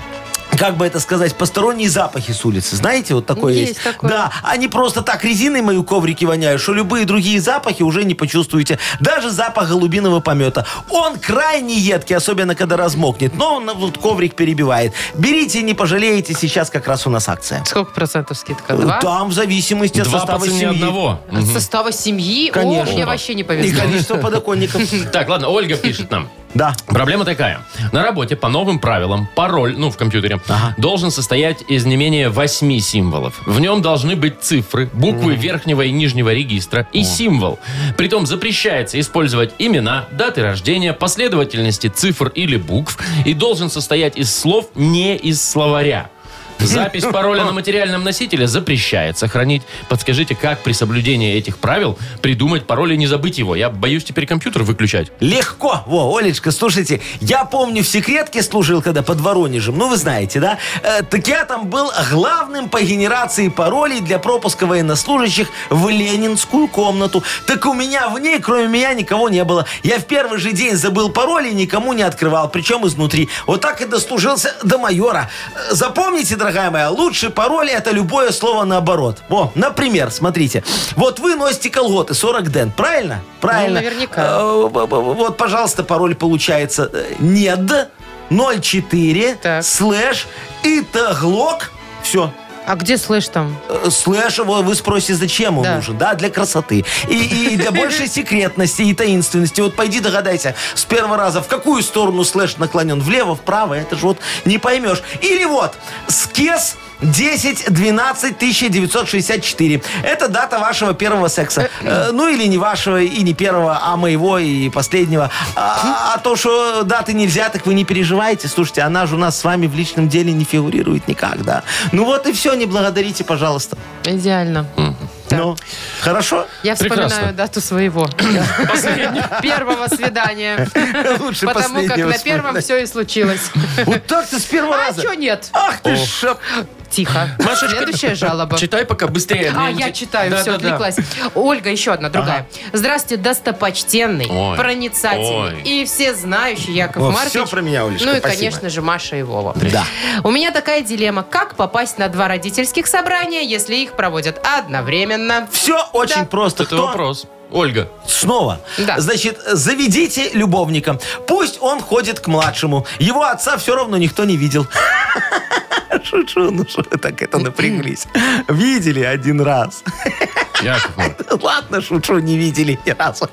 D: как бы это сказать, посторонние запахи с улицы. Знаете, вот такое
C: Есть
D: есть.
C: такое.
D: Да, они просто так резиной мою коврики воняют, что любые другие запахи уже не почувствуете. Даже запах голубиного помета. Он крайне едкий, особенно когда размокнет. Но он вот коврик перебивает. Берите, не пожалеете, сейчас как раз у нас акция.
C: Сколько процентов скидка? Два?
D: Там в зависимости от
B: Два по
D: состава
B: цене
D: семьи.
B: одного.
C: От состава семьи? О,
D: Конечно.
C: мне вообще не
D: И
C: повезло.
B: [LAUGHS]
D: количество подоконников.
B: Так, ладно, Ольга пишет нам.
D: Да.
B: Проблема такая. На работе по новым правилам пароль, ну, в компьютере, должен состоять из не менее восьми символов. В нем должны быть цифры, буквы верхнего и нижнего регистра и символ. Притом запрещается использовать имена, даты рождения, последовательности цифр или букв и должен состоять из слов не из словаря. Запись пароля на материальном носителе запрещается хранить. Подскажите, как при соблюдении этих правил придумать пароль и не забыть его? Я боюсь теперь компьютер выключать.
D: Легко. Во, Олечка, слушайте, я помню, в секретке служил, когда под Воронежем, ну вы знаете, да? Э, так я там был главным по генерации паролей для пропуска военнослужащих в Ленинскую комнату. Так у меня в ней, кроме меня, никого не было. Я в первый же день забыл пароль и никому не открывал, причем изнутри. Вот так и дослужился до майора. Э, Запомните, дорогая моя, лучший пароль это любое слово наоборот. Во, например, смотрите. Вот вы носите колготы 40 ден, правильно? Правильно.
C: наверняка.
D: Э, Э, б- б- вот, пожалуйста, пароль получается э, нед 04
C: Так.
D: слэш и таглок. Все.
C: А где слышь там?
D: Э, Слэш, его вы спросите, зачем он
C: Да.
D: нужен? Да, для красоты. И, и для большей секретности и таинственности. Вот пойди догадайся с первого раза, в какую сторону слэш наклонен. Влево, вправо, это же вот не поймешь. Или вот, скес 10 12 1964. Это дата вашего первого секса. Э, Ну или не вашего и не первого, а моего и последнего. А, а то, что даты нельзя, так вы не переживайте. Слушайте, она же у нас с вами в личном деле не фигурирует никак, да. Ну вот и все, не благодарите, пожалуйста.
C: Идеально. Так.
D: Ну, хорошо?
C: Я вспоминаю
B: Прекрасно.
C: дату своего. Первого свидания.
D: [LAUGHS] Лучше
C: Потому как
D: последнего
C: на первом [LAUGHS]
D: вспоминать.
C: все и случилось.
D: Вот так ты с первого
C: А
D: раза.
C: что нет?
D: Ах ты ж...
C: Тихо.
B: [LAUGHS] Машечка,
C: Следующая жалоба.
B: Читай пока быстрее.
C: Типа, А,
B: Мне
C: я
B: не-
C: читаю,
B: Да,
C: все,
B: да, да.
C: отвлеклась. Ольга, еще одна, другая. Здравствуйте, достопочтенный,
B: Ой.
C: проницательный
B: Ой.
C: и все знающий Яков
D: О,
C: Маркович.
D: всё про меня, Олечка,
C: Ну и,
D: спасибо.
C: конечно же, Маша и Вова.
D: Да.
C: У меня такая дилемма. Как попасть на два родительских собрания, если их проводят одновременно?
D: Все очень просто.
B: Это
D: Кто?
B: вопрос. Ольга,
D: Снова.
C: Да.
D: Значит, заведите любовника. Пусть он ходит к младшему. Его отца все равно никто не видел. [LAUGHS] Шучу, ну что вы так
C: [LAUGHS]
D: это напряглись. Видели один раз.
B: Яков Маркович,
D: [LAUGHS] Ладно, шучу, не видели ни разу.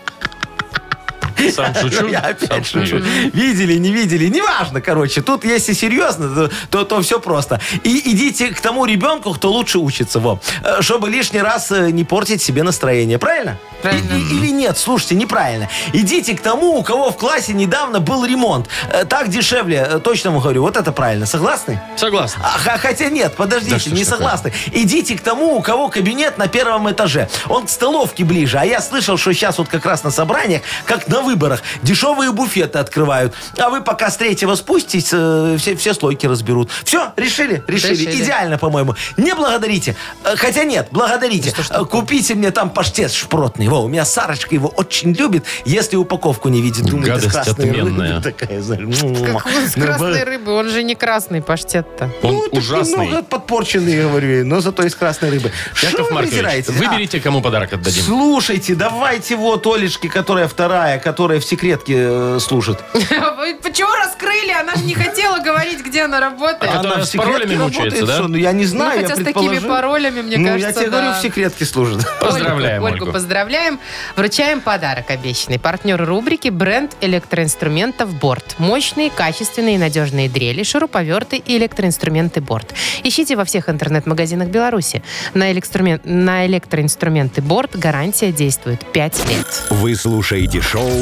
B: сам
D: Ну,
B: шучу.
D: я
B: сам
D: опять шучу. Видели, не видели, неважно, короче. Тут, если серьезно, то, то, все просто. И идите к тому ребенку, кто лучше учится, во, Э, чтобы лишний раз э, не портить себе настроение, правильно?
C: Правильно.
D: И- и- или нет, слушайте, неправильно. Идите к тому, у кого в классе недавно был ремонт. Э, Так дешевле, э, точно вам говорю, вот это правильно. Согласны?
B: Согласна.
D: А, х- хотя нет,
B: Да
D: подождите,
B: что ж
D: не
B: такое?
D: согласны. Идите к тому, у кого кабинет на первом этаже. Он к столовке ближе. А я слышал, что сейчас вот как раз на собраниях, как на выборах. Дешевые буфеты открывают. А вы пока с третьего спуститесь, э, все, все слойки разберут. Все, решили? Решили.
C: Решили.
D: Идеально, по-моему. Не благодарите. Э, Хотя нет, благодарите. Э, Купите мне там паштет шпротный. Во, у меня Сарочка его очень любит, если упаковку не видит. Думает, из
B: Гадость
D: красной рыбы
B: отменная.
D: Такая, знаешь,
C: Как он с
D: ну,
C: красной рыбы, он же не красный паштет-то. [LAUGHS]
B: Он
D: ну, так
B: ужасный.
D: Немного подпорченный, я говорю, ей, но зато из красной рыбы. Что
B: Яков
D: вы
B: Маркович,
D: придираетесь? А,
B: выберите, кому подарок отдадим.
D: Слушайте, давайте вот Олечке, которая вторая, которая в секретке э, служит.
C: Вы Почему раскрыли? Она же не хотела говорить, где она работает.
B: А которая
D: Она в
B: с паролями
D: секретке
B: мучается,
D: работает,
B: да?
D: что, Ну, я не
C: Ну,
D: знаю,
C: хотя
D: я
C: с такими
D: предположу.
C: паролями, мне
D: ну,
C: кажется,
D: я тебе
C: да.
D: говорю, в секретке служит.
B: Поздравляем,
C: Ольгу,
B: Ольгу.
C: поздравляем. Вручаем подарок обещанный. Партнер рубрики бренд электроинструментов «Борт». Мощные, качественные и надежные дрели, шуруповерты и электроинструменты «Борт». Ищите во всех интернет-магазинах Беларуси. На, электрумен- на электроинструменты «Борт» гарантия действует 5 лет.
A: Вы слушаете шоу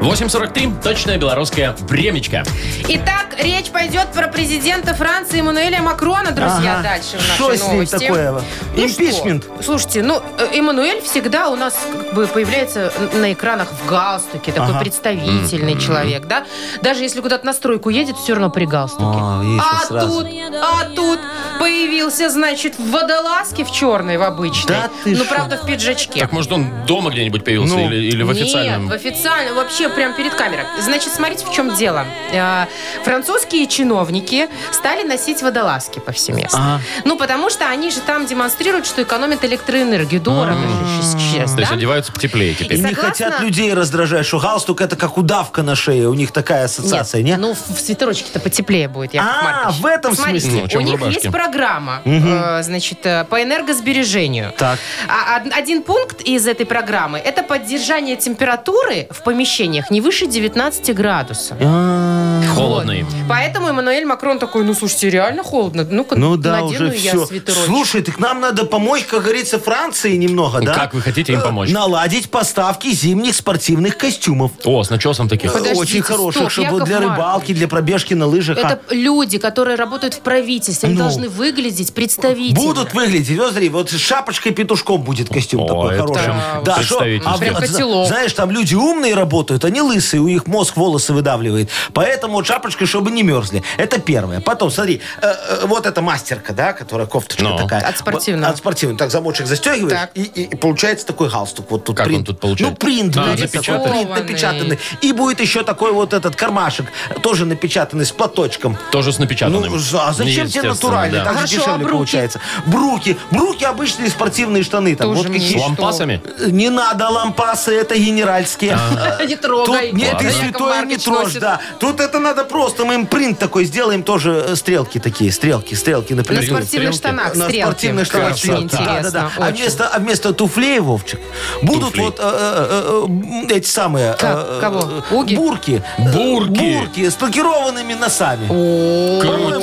B: 8.43, точное белорусское времечко.
C: Итак, речь пойдет про президента Франции Эммануэля Макрона, друзья,
D: Ага.
C: дальше в нашей
D: Что с ним
C: новости.
D: такое?
C: Ну
D: Импичмент.
C: что? Слушайте, ну, э, Эммануэль всегда у нас как бы появляется на экранах в галстуке, такой
D: Ага.
C: представительный человек, да? Даже если куда-то на стройку едет, все равно при галстуке.
D: А, видишь,
C: А
D: сразу.
C: тут, а тут появился, значит, в водолазке в черной, в обычной.
D: Да ты
C: ну,
D: шо?
C: правда, в пиджачке.
B: Так, может, он дома где-нибудь появился
D: Ну.
B: или, или в официальном?
C: Нет, в официальном, вообще прям перед камерой. Значит, смотрите, в чем дело. Э, Французские чиновники стали носить водолазки повсеместно.
B: А.
D: Ага.
C: Ну, потому что они же там демонстрируют, что экономят электроэнергию. Дорого же сейчас,
B: А. То есть
C: да?
B: одеваются потеплее
D: И
B: теперь.
D: не
C: согласно-
D: хотят людей раздражать, что галстук это как удавка на шее. У них такая ассоциация,
C: Нет,
D: не?
C: Ну, в в свитерочке-то потеплее будет, Яков
D: А,
C: Маркович.
D: в этом
C: Смотрите,
D: смысле.
B: Ну, чем
C: у
B: в
C: них
B: рубашке.
C: есть программа, э, значит, э, по энергосбережению.
D: Так.
C: А од- один пункт из этой программы – это поддержание температуры в помещениях не выше 19 градусов.
D: А,
B: Холодно им.
C: Вот. Поэтому Эммануэль Макрон такой, ну слушайте, реально холодно. Ну-ка,
D: Ну да,
C: надену
D: уже
C: я
D: все.
C: свитерочек.
D: Слушай, так нам надо помочь, как говорится, Франции немного, да?
B: Как вы хотите им
D: Э,
B: помочь?
D: Наладить поставки зимних спортивных костюмов.
B: О, с начесом таких.
C: Подождите,
D: Очень хороших,
C: стоп,
D: чтобы
C: Яков
D: для
C: Маркович.
D: рыбалки, для пробежки на лыжах. а.
C: Это люди, которые работают в правительстве. Они
D: Ну.
C: должны выглядеть представительно.
D: Будут выглядеть, вот смотри, вот с шапочкой петушком будет костюм
B: О,
D: такой
B: это
D: хороший.
B: прям
D: Да, шо-
B: представительно.
D: а
C: Прям
D: вот,
C: котелок.
D: знаешь, там люди умные работают, они лысые, у них мозг волосы выдавливает. Поэтому вот шапочкой, чтобы не мерзли. Это первое. Потом, смотри, э, э, вот эта мастерка, да, которая кофточка
B: Ну.
D: такая.
C: От спортивного.
D: Вот, От спортивного. Так замочек застегиваешь,
C: Так.
D: И, и- и получается такой галстук. Вот тут
B: Как он
D: принт.
B: тут получается?
D: Ну, принт,
B: А,
D: видите,
B: напечатанный.
D: такой принт напечатанный. И будет еще такой вот этот кармашек, тоже напечатанный с платочком.
B: Тоже с напечатанным.
D: Ну, за- а зачем тебе
B: Естественно,
D: натуральный?
B: да.
D: Так же
C: Хорошо, а
D: дешевле
C: бруки?
D: получается. Бруки. Бруки обычные спортивные штаны. Там.
C: Тоже
D: Вот
C: мне
B: С
D: какие- Э,
C: что?
B: лампасами?
D: Не надо лампасы, это генеральские.
B: А.
D: Э,
C: [LAUGHS] Не трогай.
D: Тут нет, и
C: Яков
D: святое не
C: Маркович
D: трожь,
C: носит.
D: да. Тут это надо просто, мы им принт такой сделаем, тоже э, стрелки такие, стрелки, стрелки,
C: На
D: например.
C: спортивных
B: стрелки.
C: штанах
D: На
C: стрелки.
D: спортивных штанах
C: Очень
D: стрелки. Да, да,
C: интересно.
D: да. А
C: очень.
D: вместо, а вместо туфлей, Вовчик, будут
B: Туфли.
D: вот э, э, э, эти самые... э,
C: Как? Кого? Уги?
D: Бурки.
B: Бурки.
D: Бурки с лакированными носами.
C: О,
B: Крутяк.
C: модно,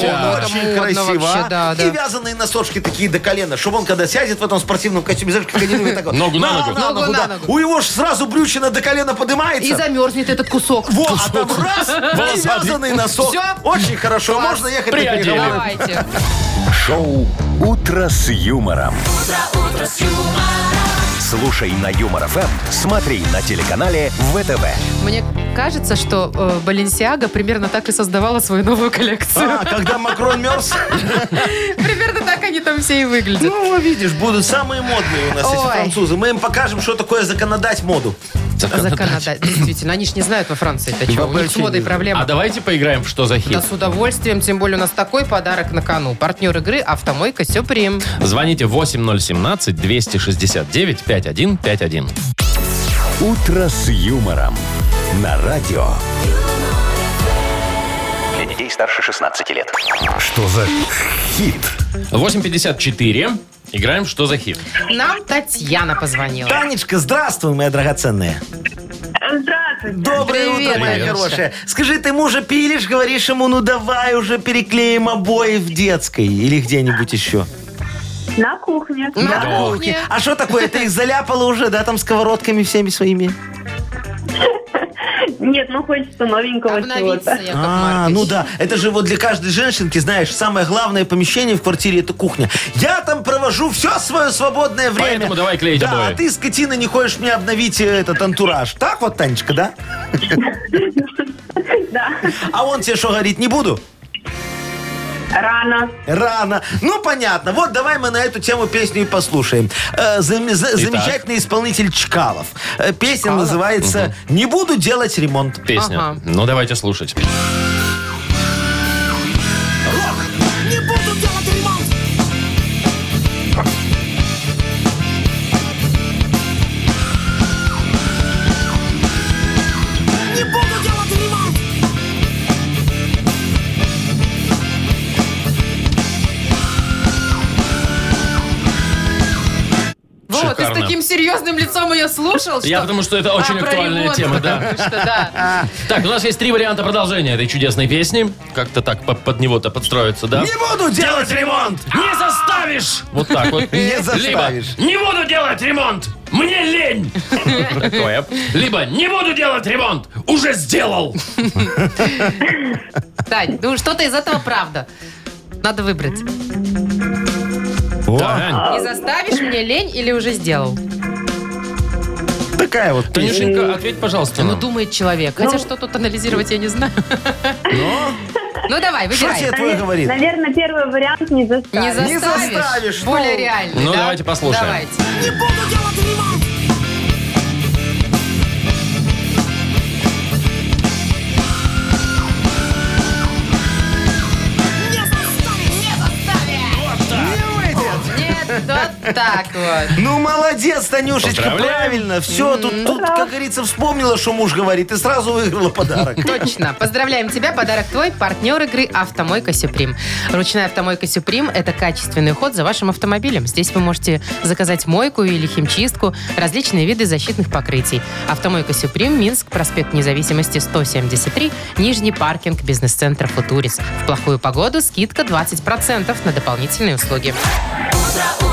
D: Очень
C: модно
D: красиво.
C: вообще,
D: а?
C: да,
D: И
C: да.
D: вязаные носочки такие до колена, чтобы он, когда сядет в этом спортивном костюме, знаешь, как один вот так вот.
B: Ногу на ногу.
C: Ногу на
D: да.
C: ногу.
D: У его ж сразу брючина до колена поднимается.
C: И замерзнет этот кусок.
D: Вот, а там раз, и
B: Волосатый.
D: вязаный носок.
C: Всё?
D: Очень хорошо, А
C: Класс.
D: можно ехать на
B: Приодели.
D: переговоры.
C: Давайте.
A: Шоу «Утро с юмором». Слушай на Юмор ФМ, смотри на телеканале ВТВ.
C: Мне кажется, что э, Баленсиага примерно так и создавала свою новую коллекцию.
D: А, когда Макрон мерз,
C: Примерно так они там все и выглядят.
D: А. ну, видишь, будут самые модные у нас эти
C: Ой.
D: французы. Мы им покажем, что такое законодать моду.
C: Законодатель. Действительно, они ж не знают во Франции. Это что? У них с
D: Вообще
C: модой
D: не знают.
B: А
C: проблема.
B: давайте поиграем в «Что за хит?».
C: Да с удовольствием, тем более у нас такой подарок на кону. Партнер игры «Автомойка Сюприм».
B: Звоните 8017-269-5151.
A: «Утро с юмором» на радио.
G: Для детей старше 16 лет.
A: Что за хит?
B: 8.54. Играем в «Что за хит?».
C: Нам Татьяна позвонила.
D: Танечка, здравствуй, моя драгоценная.
H: Здравствуйте.
D: Доброе
C: Привет,
D: утро, моя
B: Привет.
D: хорошая. Скажи, ты мужа пилишь, говоришь ему, ну давай уже переклеим обои в детской или где-нибудь еще.
H: На кухне.
C: На кухне.
D: А что такое? Ты их заляпала уже, да, там сковородками всеми своими?
H: Нет, ну хочется новенького
C: Обновиться,
H: чего-то.
C: Яков
D: А,
C: Маркович.
D: ну да. Это же вот для каждой женщинки, знаешь, самое главное помещение в квартире это кухня. Я там провожу все свое свободное время.
B: Поэтому давай клеить
D: да,
B: обои.
D: а ты, скотина, не хочешь мне обновить э, этот антураж. Так вот, Танечка, да?
H: [LAUGHS] Да.
D: А он тебе что говорит, не буду?
H: Рано.
D: Рано. Ну, понятно. Вот давай мы на эту тему песню и послушаем. Э, зам- за- Замечательный исполнитель Чкалов. Э, Песня называется «Не буду делать ремонт».
B: Песня.
C: Ага.
B: Ну, давайте слушать.
F: Не буду делать ремонт Не буду делать ремонт
C: Вот, ты с
B: Шикарно.
C: таким серьезным лицом ее слушал, что...
B: Я потому что это
C: А,
B: очень
C: про
B: актуальная
C: ремонт,
B: тема,
C: [LAUGHS]
B: да.
C: потому что, да.
B: Так, у нас есть три варианта продолжения этой чудесной песни. Как-то так по- под него-то подстроиться, да?
D: «Не буду делать ремонт».
B: Не заставишь! Вот так
C: [LAUGHS]
B: вот.
D: Не заставишь.
B: Либо не буду делать ремонт! Мне
C: [LAUGHS]
B: лень! Такое. Либо не буду делать ремонт! Уже сделал!
C: Тань, ну что-то из этого правда. Надо выбрать.
B: Тань,
C: Не заставишь мне лень или уже сделал?
D: Такая вот песня.
B: Танюшенька, ответь, пожалуйста,
C: Ну,
B: нам.
C: думает человек. Хотя что тут анализировать, я не знаю. Ну, давай,
D: Что тебе
C: выбирай.
D: твой говорит?
H: Наверное, первый вариант не заставит.
C: Не
D: Не
C: заставишь.
D: заставишь, ну.
C: Более реальный,
B: Ну,
C: да?
B: давайте послушаем.
C: Давайте.
F: Не буду делать ремонт Не заставишь, не заставишь
C: Нет, вот так вот.
D: Ну, молодец, Танюшечка,
B: Поздравляем.
D: правильно. Все, тут, тут, как говорится, вспомнила, что муж говорит, и сразу выиграла подарок.
C: Точно. Поздравляем тебя. Подарок твой. Партнер игры «Автомойка Сюприм». Ручная «Автомойка Сюприм» — это качественный уход за вашим автомобилем. Здесь вы можете заказать мойку или химчистку, различные виды защитных покрытий. «Автомойка Сюприм», Минск, проспект Независимости, 173, Нижний паркинг, бизнес-центр «Футурис». В плохую погоду скидка 20% на дополнительные услуги.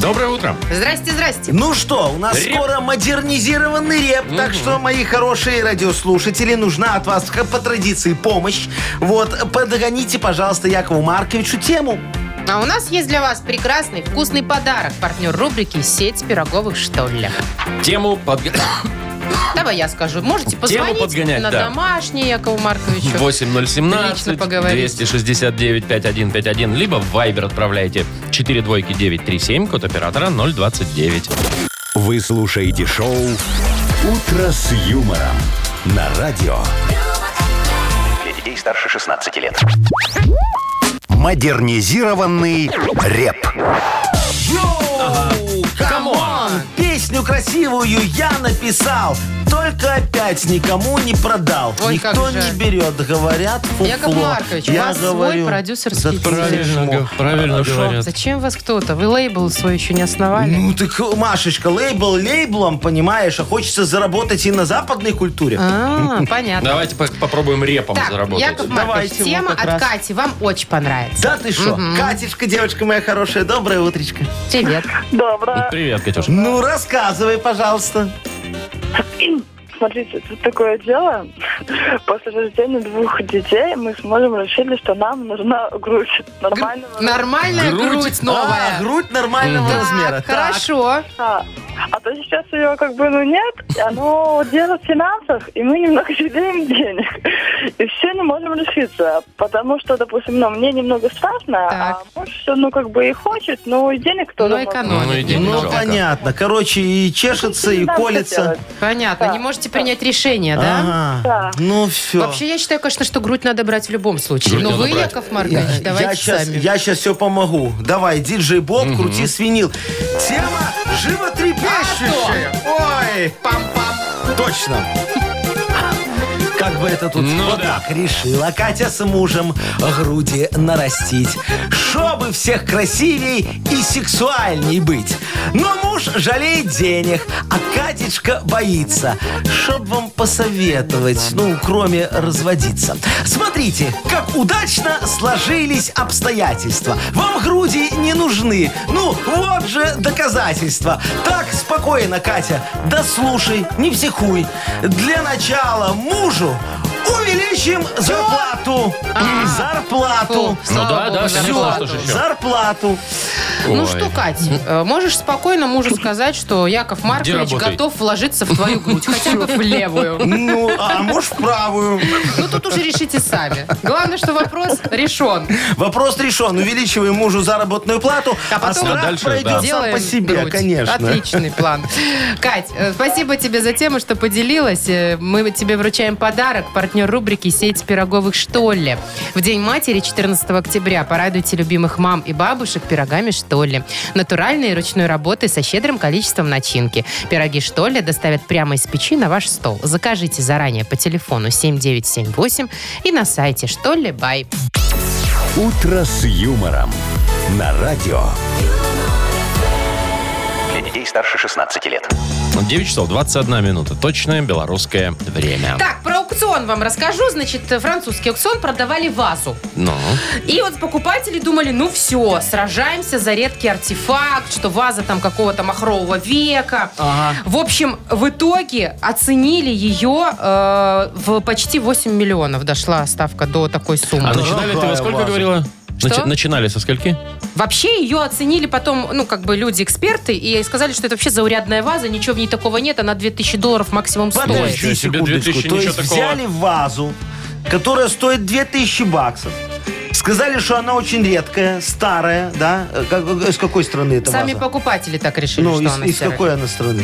B: Доброе утро.
C: Здрасте, здрасте.
D: Ну что, у нас
B: Реп.
D: скоро модернизированный реп, так что, мои хорошие радиослушатели, нужна от вас х- по традиции помощь. Вот, подгоните, пожалуйста, Якову Марковичу тему.
C: А у нас есть для вас прекрасный вкусный подарок. Партнер рубрики «Сеть пироговых что ли».
B: Тему подготовили.
C: Давай я скажу. Можете позвонить
B: подгонять,
C: на
B: да.
C: домашний Якову Марковичу. Лично
B: 8017
C: поговорить.
B: 269 5151 либо в Viber отправляйте 4 двойки 937 код оператора 029.
A: Вы слушаете шоу «Утро с юмором» на радио
G: Для детей старше 16 лет.
A: «Модернизированный реп».
C: Ну,
D: Йоу, камон! Песню красивую я написал, только опять никому не продал.
C: Ой, как
D: Никто
C: же.
D: не берет, говорят, фуфло.
C: Яков Маркович, у
D: я
C: вас свой
D: говорю,
C: продюсерский
D: «Заткнись,
C: день».
D: дерьмо».
B: правильно говорят.
C: Зачем вас кто-то? Вы лейбл свой еще не основали?
D: Ну так, Машечка, лейбл лейблом, понимаешь, а хочется заработать и на западной культуре.
C: А, понятно.
B: Давайте по- попробуем репом
C: Так,
B: заработать.
C: Яков Маркович,
D: Давайте, вот
C: тема
D: как
C: от
D: раз.
C: Кати вам очень понравится.
D: Да ты что? Катечка, девочка моя хорошая, доброе утречко.
C: Привет.
H: Доброе.
B: Привет, Катюш.
D: Ну, рассказывай, пожалуйста.
H: Смотрите, тут такое дело. После рождения двух детей мы с мужем решили, что нам нужна грудь нормального
C: Нормальная
B: Грудь.
C: грудь
D: А,
C: новая.
D: грудь нормального
C: Так,
D: размера.
C: хорошо.
H: размера. А то сейчас ее как бы ну нет, и оно дело в финансах, и мы немного [LAUGHS] жалеем денег. И все не можем решиться, потому что, допустим, ну, мне немного страшно,
C: Так.
H: а муж все, ну как бы и хочет, но и денег
C: Ну,
H: тоже мало.
B: Ну и
C: экономит.
B: денег
D: Ну,
B: жалко.
D: понятно. Короче, и чешется, и
H: Ну, Да, что
D: колется.
H: делать?
C: Понятно.
H: Да.
C: Не можете принять решение, да?
D: Ага. Ну, все.
C: Вообще, я считаю, конечно, что грудь надо брать в любом случае.
B: Грудь
C: Но
B: надо
C: вы,
B: брать.
C: Яков Маркович, давайте
D: сейчас,
C: сами.
D: я сейчас все помогу. Давай, диджей Боб, крути свинил. Тема
C: А
D: животрепещущая. Ой,
C: Пам-пам.
D: точно. как бы это тут...
B: Ну
D: вот
B: да.
D: так решила Катя с мужем груди нарастить. Чтобы всех красивей и сексуальней быть. Но муж жалеет денег, а Катечка боится. Чтоб вам посоветовать, ну, кроме разводиться. Смотрите, как удачно сложились обстоятельства. Вам груди не нужны. Ну, вот же доказательства. Так, спокойно, Катя. Да слушай, не психуй. Для начала мужу увеличим зарплату. Зарплату.
C: А. Фу, слава
B: Ну да,
C: богу,
B: да,
C: за
B: конечно,
C: зарплату.
B: что же еще?
D: Зарплату.
C: Ну
B: Ой.
C: что, Кать, э, можешь спокойно мужу сказать, что Яков Маркович
B: работай.
C: готов вложиться в твою грудь, хотя бы в левую.
D: Ну, а муж в правую.
C: Ну тут уже решите сами. Главное, что вопрос решен.
D: Вопрос решен. Увеличиваем мужу заработную плату,
C: А
D: а,
C: потом
D: страх
B: дальше,
D: пройдет
B: да.
D: сам по себе,
C: грудь.
D: конечно.
C: Отличный план. Кать, э, спасибо тебе за тему, что поделилась. Э, Мы тебе вручаем подарок. Партнер рубрики «Сеть пироговых Штолле». В День матери 14 октября порадуйте любимых мам и бабушек пирогами Штолле. Натуральной и ручной работы со щедрым количеством начинки. Пироги Штолле доставят прямо из печи на ваш стол. Закажите заранее по телефону 7978 и на сайте Штолле Бай.
A: «Утро с юмором» на радио.
G: Для детей старше 16 лет.
B: 9 Ну, часов 21 минута. Точное белорусское время.
C: Так, про аукцион вам расскажу. Значит, э, французский аукцион продавали вазу.
B: Ну,
C: И вот покупатели думали, ну все, сражаемся за редкий артефакт, что ваза там какого-то махрового века. В общем, в итоге оценили ее э, в почти 8 миллионов. Дошла ставка до такой суммы.
B: а
D: ну.
B: начинали ты во
D: дорогая
B: сколько
D: ваза.
B: говорила?
C: Что?
B: Начи- Начинали со скольки?
C: Вообще ее оценили потом, ну, как бы люди-эксперты, и сказали, что это вообще заурядная ваза, ничего в ней такого нет, она 2000 долларов максимум
B: Ой,
C: стоит.
B: ничего
D: Подожди
B: себе,
D: секундочку.
B: 2000,
D: То
B: ничего
D: есть
B: такого.
D: взяли вазу, которая стоит 2000 баксов. Сказали, что она очень редкая, старая, да? Э, как- э, Из какой страны это
C: Сами
D: ваза?
C: покупатели так решили,
D: Ну,
C: что
D: из,
C: она
D: из
C: серая. Э?
D: какой она страны?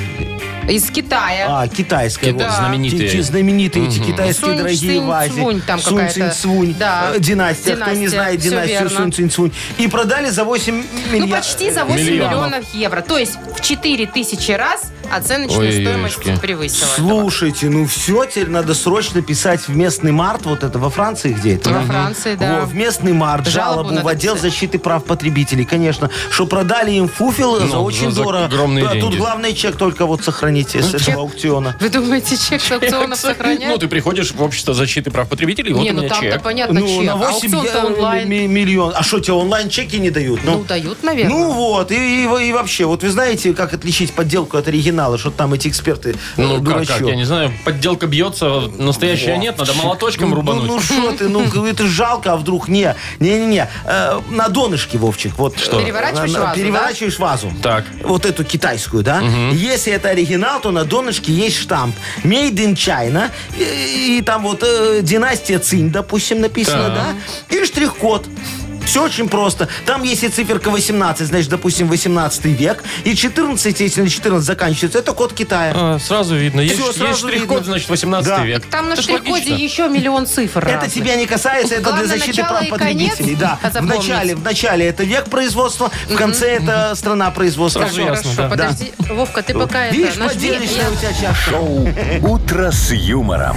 C: Из Китая.
D: А, китайская.
B: Китай,
D: вот.
B: знаменитые.
D: Те- те знаменитые эти китайские
C: Сунь,
D: дорогие
C: Цинь,
D: вази.
C: Цунь там
D: Сунь,
C: какая-то.
D: Цинь, Цунь.
C: Да.
D: Э, Династия. Кто не
C: Династия,
D: знает
C: всё
D: династию
C: верно.
D: Сунь, Цинь, Цунь. И продали за 8 миллионов.
C: Ну, почти за 8
B: миллионов.
C: миллионов евро. То есть в 4 тысячи раз оценочную
B: Ой, ёшки.
C: стоимость превысила.
D: Слушайте, ну все, теперь надо срочно писать в местный март, вот это во Франции где это?
C: Во Франции, да.
D: Во, в местный март
C: Жалобу
D: жалобу,
C: надо
D: в отдел
C: писать.
D: защиты прав потребителей, конечно, что продали им фуфел
B: Ну,
D: за очень
B: за
D: дорого.
B: огромные
D: Да,
B: деньги.
D: Тут главный чек только вот сохраните с
C: Ну, чек.
D: этого аукциона.
C: Вы думаете, чек с аукционов
B: Ну,
C: сохраняет?
B: ты приходишь в общество защиты прав потребителей, вот
C: Не,
B: у
C: ну
B: меня
C: там-то
B: чек.
C: понятно, чек.
D: на
C: А
D: 8
C: Аукцион-то онлайн.
D: миллион. А что, тебе онлайн чеки не дают?
C: Ну, дают, наверное.
D: Ну вот, и, и- и вообще, вот вы знаете, как отличить подделку от оригинала, что там эти эксперты э,
B: Ну, как, как,
D: дурачок.
B: я не знаю, подделка бьется, настоящая нет, надо молоточком
D: Ну,
B: рубануть.
D: Ну что
B: [LAUGHS]
D: ты, ну это жалко, а вдруг не. Не-не-не, э, на донышке, Вовчик, вот. Что?
C: Переворачиваешь вазу,
D: Переворачиваешь вазу.
B: Так.
D: Вот эту китайскую, да? Если это оригинал, то на донышке есть штамп. Made in China. И, и там вот э, династия Цинь, допустим, написано,
B: Так.
D: да? И штрих-код. Все очень просто. Там, если циферка 18, значит, допустим, 18 век. И 14, если на 14 заканчивается, это код Китая.
B: А, сразу видно. Есть,
D: Всё,
B: есть
D: сразу
B: штрих-код,
D: видно.
B: значит, 18
D: Да.
B: век.
C: Там на
B: Это ж
C: штрих-коде
B: логично.
C: еще миллион цифр
D: Это
C: разных.
D: тебя не касается, это
C: Главное,
D: для защиты
C: начало
D: прав
C: и
D: потребителей.
C: конец.
D: Да.
C: А [LAUGHS]
D: В
C: запомнить.
D: начале, в начале это век производства, в конце это страна производства.
B: Сразу ясно,
C: Хорошо,
B: да.
C: подожди. Вовка, ты пока
D: Видишь,
C: это... э, нажми,
D: поделишься
C: я-
D: у тебя сейчас.
A: Шоу «Утро с юмором».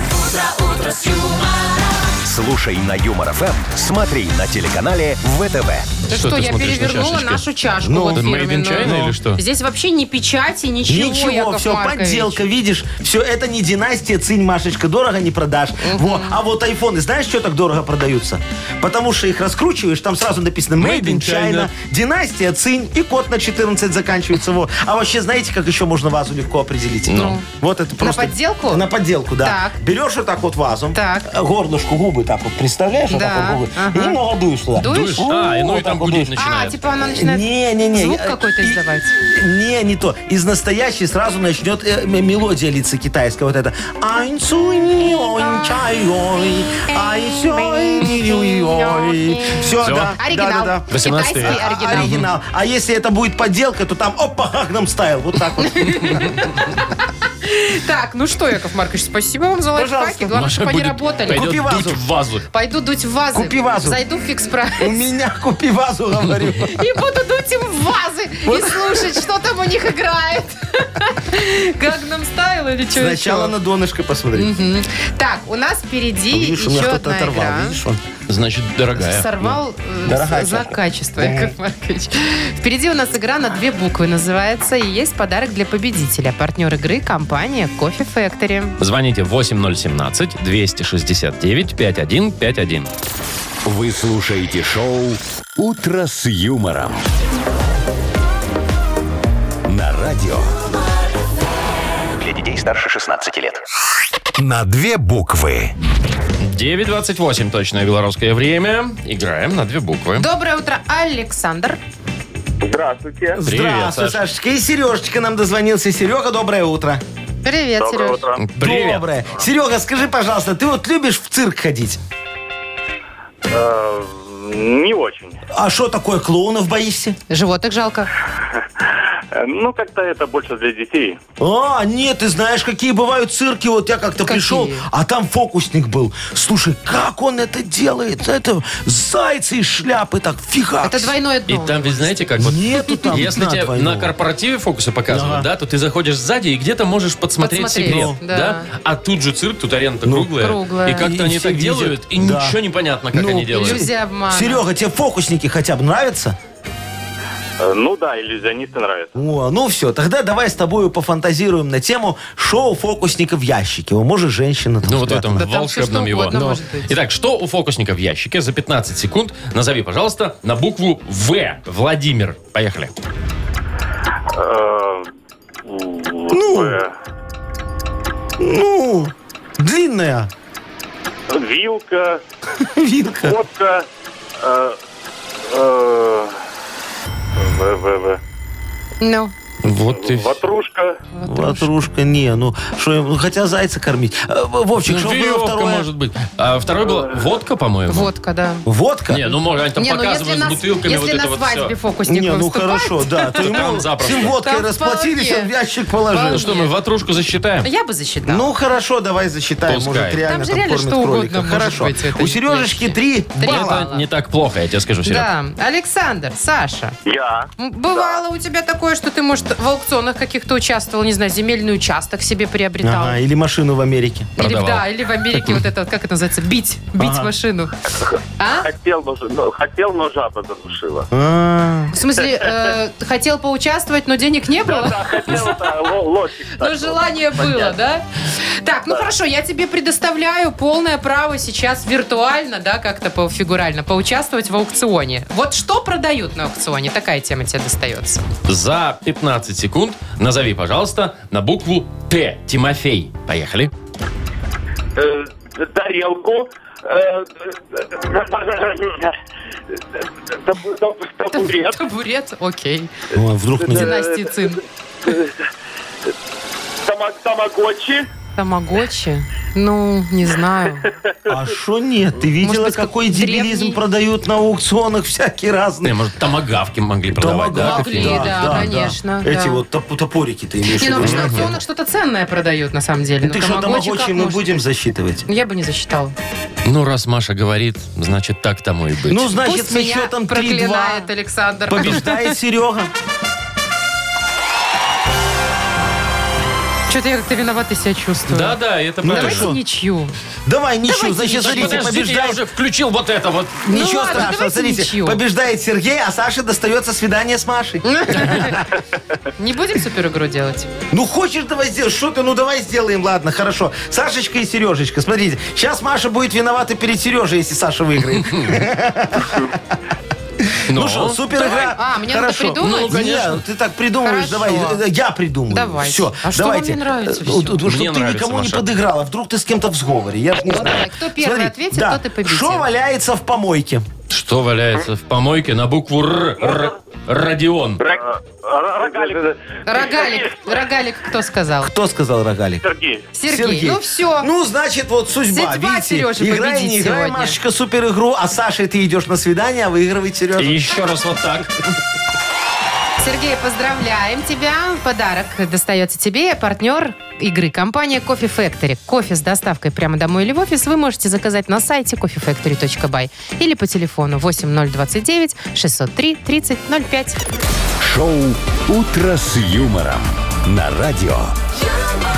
A: Слушай на Юмор ФМ, смотри на телеканале ВТВ.
C: Ты
B: Что
C: что,
B: ты
C: я
B: смотришь на
C: перевернула
B: чашечке?
C: нашу чашку.
B: Ну,
C: вот
B: это made in
C: фирменную.
B: China или что?
C: Здесь вообще ни печати, ничего,
D: Ничего,
C: Яков
D: все,
C: Маркович.
D: подделка, видишь? Все, это не династия, цинь, Машечка, дорого не продашь. Во. А вот айфоны, знаешь, что так дорого продаются? Потому что их раскручиваешь, там сразу написано Made in China, династия, цинь и код на 14 заканчивается. Во. А вообще, знаете, как еще можно вазу легко определить?
B: Ну.
D: Вот это просто...
C: подделку?
D: На подделку, да.
C: Так.
D: Берешь вот так вот вазу,
C: Так.
D: э, горлышку губы так вот представляешь, вот так
C: Да,
D: вот губы,
C: ага.
D: и немного дуешь туда.
C: Дуешь?
B: А, и ну и
D: Вот
B: там
D: так вот
B: гудеть
D: дуешь.
C: А,
B: начинает.
C: типа она начинает...
D: Не-не-не.
C: Звук
D: э,
C: какой-то
D: и-
C: издавать.
D: Не, не то. Из настоящей сразу начнет э, м- мелодия лица китайская. Вот это. Ань цунь он чай ой, ай сёй ни юй ой. Все,
B: Всё?
D: да. Да,
C: Оригинал.
D: да, да.
B: 18
C: Китайский
B: век.
D: А-
C: оригинал.
D: Оригинал. А если это будет подделка, то там опа, Gangnam стайл. Вот так вот.
C: Так, ну что, Яков Маркович, спасибо вам за
D: Пожалуйста.
C: лайфхаки. Главное, чтобы они
B: будет-
C: работали.
B: Пойдет
D: Купи
B: дуть
D: вазу.
B: в вазу.
C: Пойду дуть в вазы.
D: Купи вазу.
C: Зайду в фикс прайс.
D: У меня купи вазу, говорю.
C: И буду дуть им в вазы и слушать, что там у них играет. Gangnam Style или что
D: Сначала на донышко посмотри.
C: Так, у нас впереди
D: Видишь, у меня
C: еще
D: кто-то
C: одна
D: оторвал.
C: игра.
D: Видишь, он.
B: Значит, дорогая.
C: Сорвал э,
D: Дорогая
C: з- знак
D: Катя.
C: качества, Яков Маркович. Впереди у нас игра на две буквы называется. И есть подарок для победителя. Партнер игры – компания Кофе Factory.
B: Звоните 8017-269-5151.
A: Вы слушаете шоу «Утро с юмором». На радио.
G: Для детей старше 16 лет.
A: На две буквы.
B: 9.28 точное белорусское время. Играем на две буквы.
C: Доброе утро, Александр.
E: Здравствуйте.
D: Здравствуй,
B: Саш.
D: Сашечка. И Сережечка нам дозвонился. Серега, доброе утро.
C: Привет,
E: Доброе
C: Сереж.
E: утро.
B: Привет.
D: Доброе. Серега, скажи, пожалуйста, ты вот любишь в цирк ходить?
E: Э, Не очень.
D: А что такое, клоунов боишься?
C: Животных жалко.
E: Э, Ну, как-то это больше для детей.
D: А, нет, ты знаешь, какие бывают цирки. Вот я как-то
C: Какие?
D: пришел, а там фокусник был. Слушай, как он это делает? Это зайцы из шляпы так фига.
C: Это двойное
B: А, И
C: дно.
B: там, ведь знаете, как вот...
D: Нету там
B: Если
D: дна
B: тебе
D: двойного.
B: на корпоративе фокусы показывают,
D: Ага.
B: да, то ты заходишь сзади и где-то можешь подсмотреть,
C: Подсмотреть,
B: секрет,
C: ну,
B: да.
C: да.
B: А тут же цирк, тут аренда круглая,
C: Круглая.
B: и как-то
D: Ну, И
B: они
D: все
B: так
D: видят.
B: делают, и
D: Да.
B: ничего не понятно, как
D: Ну,
B: они делают.
C: Иллюзия обмана.
D: Серега, тебе фокусники хотя бы нравятся?
E: Э, Ну да, иллюзионисты нравятся.
D: О, ну все, тогда давай с тобою пофантазируем на тему шоу фокусника в ящике. О, может, женщина там
B: Ну вот в
D: спрятана.
B: этом
C: Да там всё,
B: волшебном
C: что
B: его.
C: угодно
B: Ну.
C: может быть.
B: Итак, что у фокусника в ящике за 15 секунд? Назови, пожалуйста, на букву В. Владимир. Поехали.
E: Э,
D: Ну.
E: э,
D: Ну, длинная
E: Вилка,
D: вилка.
E: фотка. э, э, в- в- в-
C: Ну,
B: Вот и...
E: Ватрушка.
D: Ватрушка, не, ну, что, я- ну, хотя зайца кормить. Э, Вовчик,
B: Ну,
D: что было
B: веревка,
D: второе?
B: может быть. А второй была водка, по-моему.
C: водка, да.
D: Водка?
B: Не, ну, может, они там
C: Не, ну если
B: показывают с
C: на,
B: бутылками
C: если
B: вот
C: на
B: это вот
C: свадьбе
B: все.
C: фокусник
D: Не, ну
C: выступает,
D: хорошо,
B: [LAUGHS]
D: да. Ты
B: то
D: ему
B: там запросто.
D: всем водкой
C: Там
D: расплатились,
C: вполне.
D: он в ящик положил.
B: Ну что, мы ватрушку засчитаем?
C: [LAUGHS] Я бы засчитала.
D: Ну хорошо, давай засчитаем.
B: Пускай.
D: Может, реально
C: Там же
D: там
C: реально
D: кормят
C: что угодно
D: кролика.
C: может
D: Хорошо.
C: быть в этой
D: У Сережечки
C: ящике.
D: три
C: Три
D: балла.
C: балла.
B: Это не так плохо, я тебе скажу, Серега.
C: да. Александр, Саша,
E: Я.
C: м, бывало у тебя такое, что ты, может, в аукционах каких-то участвовал, не знаю, земельный участок себе приобретал?
D: Ага, или машину в Америке.
C: Или,
B: Продавал.
C: да, или в Америке вот это, как это называется, бить, бить
D: Ага. [LAUGHS]
C: машину. А?
E: Хотел, но, ж- но- хотел, но жаба задушила.
D: А,
C: В смысле, э, хотел поучаствовать, но денег не было?
E: Да, хотел,
H: [LAUGHS]
E: да, ло- лосик.
C: Но желание было, да? Так, ну хорошо, я тебе предоставляю полное право сейчас виртуально, да, как-то по- фигурально, поучаствовать в аукционе. Вот что продают на аукционе? Такая тема тебе достается.
B: За 15 секунд назови, пожалуйста, на букву Т. Тимофей. Поехали.
E: Э, Тарелку. э, табу- табу- Табурет.
C: Табурет, окей.
D: ой, а вдруг меня...
C: Династии Цин.
E: тама- Тамагочи.
C: Тамагочи? Ну, не знаю.
D: А что нет? Ты видела,
C: быть, как
D: какой
C: древний?
D: дебилизм продают на аукционах всякие
B: Не,
D: разные?
B: может, томагавки могли продавать, да?
D: Томагавки,
B: какие-нибудь?
C: Могли, да, конечно, да.
D: Эти вот топ- топорики ты имеешь в
C: Не, ну
D: виду?
C: обычно на аукционах что-то ценное продают, на самом деле. Ну,
D: Ты что,
C: тамагочи
D: тамагочи
C: как
D: мы
C: может?
D: будем засчитывать?
C: Ну, Я бы не засчитала.
B: Ну, раз Маша говорит, значит, так тому и быть.
D: Ну, значит,
C: Пусть
D: со
C: меня
D: счетом 3-2
C: проклинает Александр. [LAUGHS]
D: побеждает Серега.
C: Что-то я как-то виновата себя чувствую.
B: Да-да, это правильно.
D: Ну, ты
C: Давайте
D: что?
C: ничью.
D: Давай, ничего,
C: Давайте
D: значит,
C: ничего.
D: смотрите,
B: Подождите, я
D: побеждает
B: уже включил вот это вот.
C: Ну
D: Ничего
C: ладно,
D: страшного,
C: давайте
D: смотрите,
C: ничью.
D: побеждает Сергей, а Саше достается свидание с Машей.
C: Не будем супер игру делать?
D: Ну хочешь, давай сделаем, что ты, ну давай сделаем, ладно, хорошо. Сашечка и Сережечка, смотрите, сейчас Маша будет виновата перед Сережей, если
B: [LAUGHS]
D: Саша выиграет.
B: Ну,
D: Ну что, супер игра.
C: А, мне надо
D: Хорошо.
C: придумать?
B: Ну, конечно.
D: Не, ты так придумываешь, давай,
C: Хорошо.
D: э, я придумаю.
C: Давайте.
D: Все,
C: А что вам
D: давайте.
C: не нравится
D: Э,
C: всё?
D: вот, вот,
B: Мне
D: чтоб ты
B: нравится,
D: никому не
B: Маша.
D: подыграла, вдруг ты с кем-то в сговоре, я же не знаю.
C: давай, кто первый ответит,
D: да.
C: тот и победит.
D: Что валяется в помойке?
B: Что валяется в помойке на букву Р? Р- Родион.
E: Э, ро- Рогалик.
C: Рогалик. Рогалик кто сказал?
D: Кто сказал рогалик?
E: Сергей.
C: Сергей. Ну все.
D: Ну, значит, вот судьба.
C: Судьба
D: Видите,
C: Серёжи
D: играй,
C: победить
D: не играй,
C: сегодня.
D: Машечка, супер игру, а с Сашей ты идешь на свидание, а выигрывает Сережа.
B: И еще раз вот так.
C: Сергей, поздравляем тебя. Подарок достается тебе. Партнер игры компания Coffee Factory. Кофе с доставкой прямо домой или в офис вы можете заказать на сайте coffeefactory.by или по телефону 8029 603 3005.
A: Шоу «Утро с юмором» на радио.
F: юмор,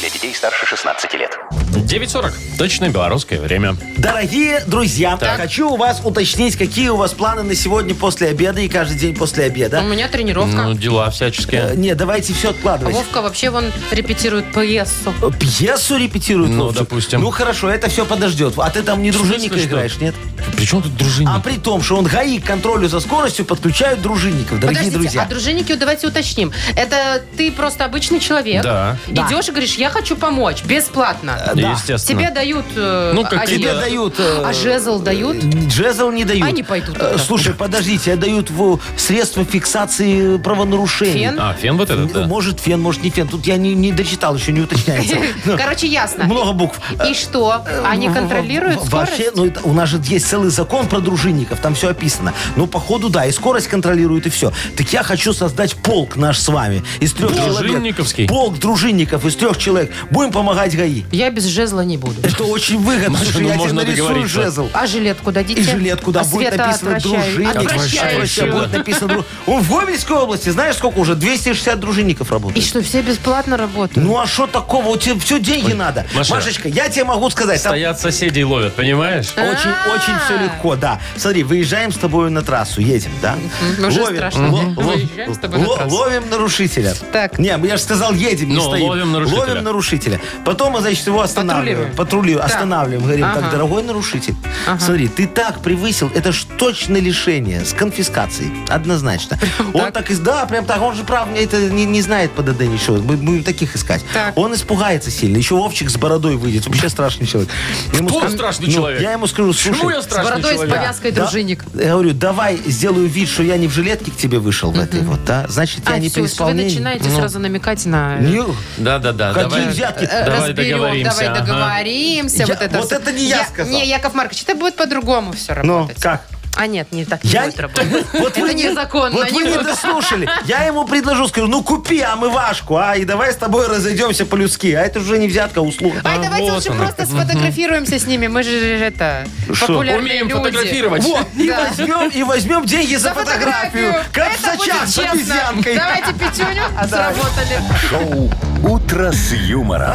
G: Для детей старше 16 лет.
B: 9.40. Точное белорусское время.
D: Дорогие друзья, хочу у вас уточнить, какие у вас планы на сегодня после обеда и каждый день после
C: У
D: обеда.
C: меня тренировка.
B: Ну, дела
D: Э,
B: всяческие.
D: Не, давайте все
C: А
D: откладывать. Э,
C: Вовка вообще вон репетирует пьесу.
D: Пьесу репетируют?
B: Ну,
D: Вовчик?
B: допустим.
D: Ну, хорошо, это все подождет. А ты там не
B: В
D: дружинника
B: смысле, что?
D: играешь, нет?
B: Причем тут дружинник?
D: А при том, что он ГАИ к контролю за скоростью подключают дружинников, дорогие
C: Подождите,
D: друзья.
C: а дружинники, давайте уточним. Это ты просто обычный человек.
B: Да.
C: Идешь и говоришь, я хочу помочь, бесплатно.
D: Э, да.
B: Естественно.
C: Тебе дают... э,
B: Ну, как
C: а
B: тебе
D: Тебе
B: да.
D: дают... э,
C: А жезл дают?
D: Джезл не дают.
C: Они пойдут
D: Э,
C: тогда.
D: Слушай, подождите, а дают в средства фиксации правонарушений. Ну,
C: Фен?
B: А, фен вот этот, да.
D: Может фен, может не фен. Тут я не, не дочитал, еще
C: [LAUGHS]
D: не уточняется. Ну,
C: Короче, ясно.
D: э, Много букв. Э,
C: И что? Они контролируют
D: Во-
C: скорость?
D: Вообще, ну, это- у нас же есть целый закон про дружинников, там все описано. Ну, походу, да, и скорость контролирует, и все. Так я хочу создать полк наш с вами из трех человек.
B: Дружинниковский?
D: Полк дружинников из трех человек. Будем помогать ГАИ.
C: Я без жезла не буду.
D: Это очень выгодно.
B: Маша,
D: Слушай,
B: ну,
D: я тебе
B: можно
D: нарисую
B: договориться.
D: жезл.
C: А жилетку дадите?
D: И жилет, куда
C: А
D: будет написано
C: светоотвращающую?
D: дружинник.
C: Отвращающую.
D: Будет написано дру- О, В Гомельской области, знаешь, сколько уже? 260 дружинников
C: И
D: работает.
C: что, все бесплатно работают?
D: Ну а что такого? У тебя все деньги надо.
B: Маша.
D: Машечка, я тебе могу сказать, там
B: Стоят соседи и ловят, понимаешь?
C: А.
D: Очень-очень все легко, да. Смотри, выезжаем с тобой на трассу, едем, да?
C: Ну, уже страшно.
D: ло-
C: Мгм.
D: ло-
C: Выезжаем с тобой на
D: ло-
C: трассу.
D: Ловим нарушителя.
C: Так.
D: Не, я же сказал, едем, не
B: Ну,
D: стоим.
B: ловим нарушителя.
D: Ловим нарушителя. Потом мы, значит, его останавливаем.
C: Патрулируем.
D: Патрулируем,
C: Так.
D: останавливаем. Говорим,
C: Ага.
D: так, дорогой нарушитель, смотри, ты так превысил, это ж точно лишение с конфискацией.
C: [LAUGHS]
D: Однозначно. Он так и... Да, прям так, он же прав, это не, не знает ПДД ничего. Мы будем таких искать.
C: Так.
D: Он испугается сильно. Еще Вовчик с бородой выйдет. Вообще страшный человек. Ему
B: Кто
D: скажу-
B: страшный
D: Ну,
B: человек?
D: Я ему скажу, слушай...
B: Почему я
C: С
B: страшный
C: бородой, с
B: человек?
C: повязкой
D: Да.
C: дружинник.
D: Я говорю, давай сделаю вид, что я не в жилетке к тебе вышел в этой вот, да? Значит, я
C: А,
D: не
C: всё,
D: при
C: вы
D: исполнении.
C: начинаете
D: Ну.
C: сразу намекать на... э,
D: Не-
B: Да-да-да.
D: Какие
B: давай.
D: взятки?
C: э,
B: Давай
C: разберем,
B: договоримся,
C: давай
B: ага.
C: договоримся.
D: Я-
C: вот это,
D: вот
C: всё.
D: это не я сказал.
C: Не, Яков Маркович, это будет по-другому все
D: Ну,
C: работать.
D: как?
C: А нет, не так не
D: Я...
C: будет работать.
D: [LAUGHS] Вот
C: Это
D: вы не-
C: незаконно.
D: Вот вы
C: не
D: не
C: буду.
D: дослушали. Я ему предложу, скажу, ну купи омывашку, а, и давай с тобой разойдемся по-людски. А это уже не взятка, а услуга.
C: Ай,
B: А,
C: давайте
B: вот
C: лучше
B: она.
C: просто сфотографируемся с ними. Мы же это
D: Ну
C: популярные
B: Умеем
C: люди.
B: фотографировать.
D: Вот, А, и
C: Да.
D: возьмем, и возьмем деньги за,
C: За
D: фотографию.
C: фотографию.
D: Как
C: Это
D: в зачах
C: будет
D: с
C: честно.
D: обезьянкой.
C: Давайте
D: [LAUGHS]
C: пятюню. Сработали.
A: Шоу «Утро с юмором».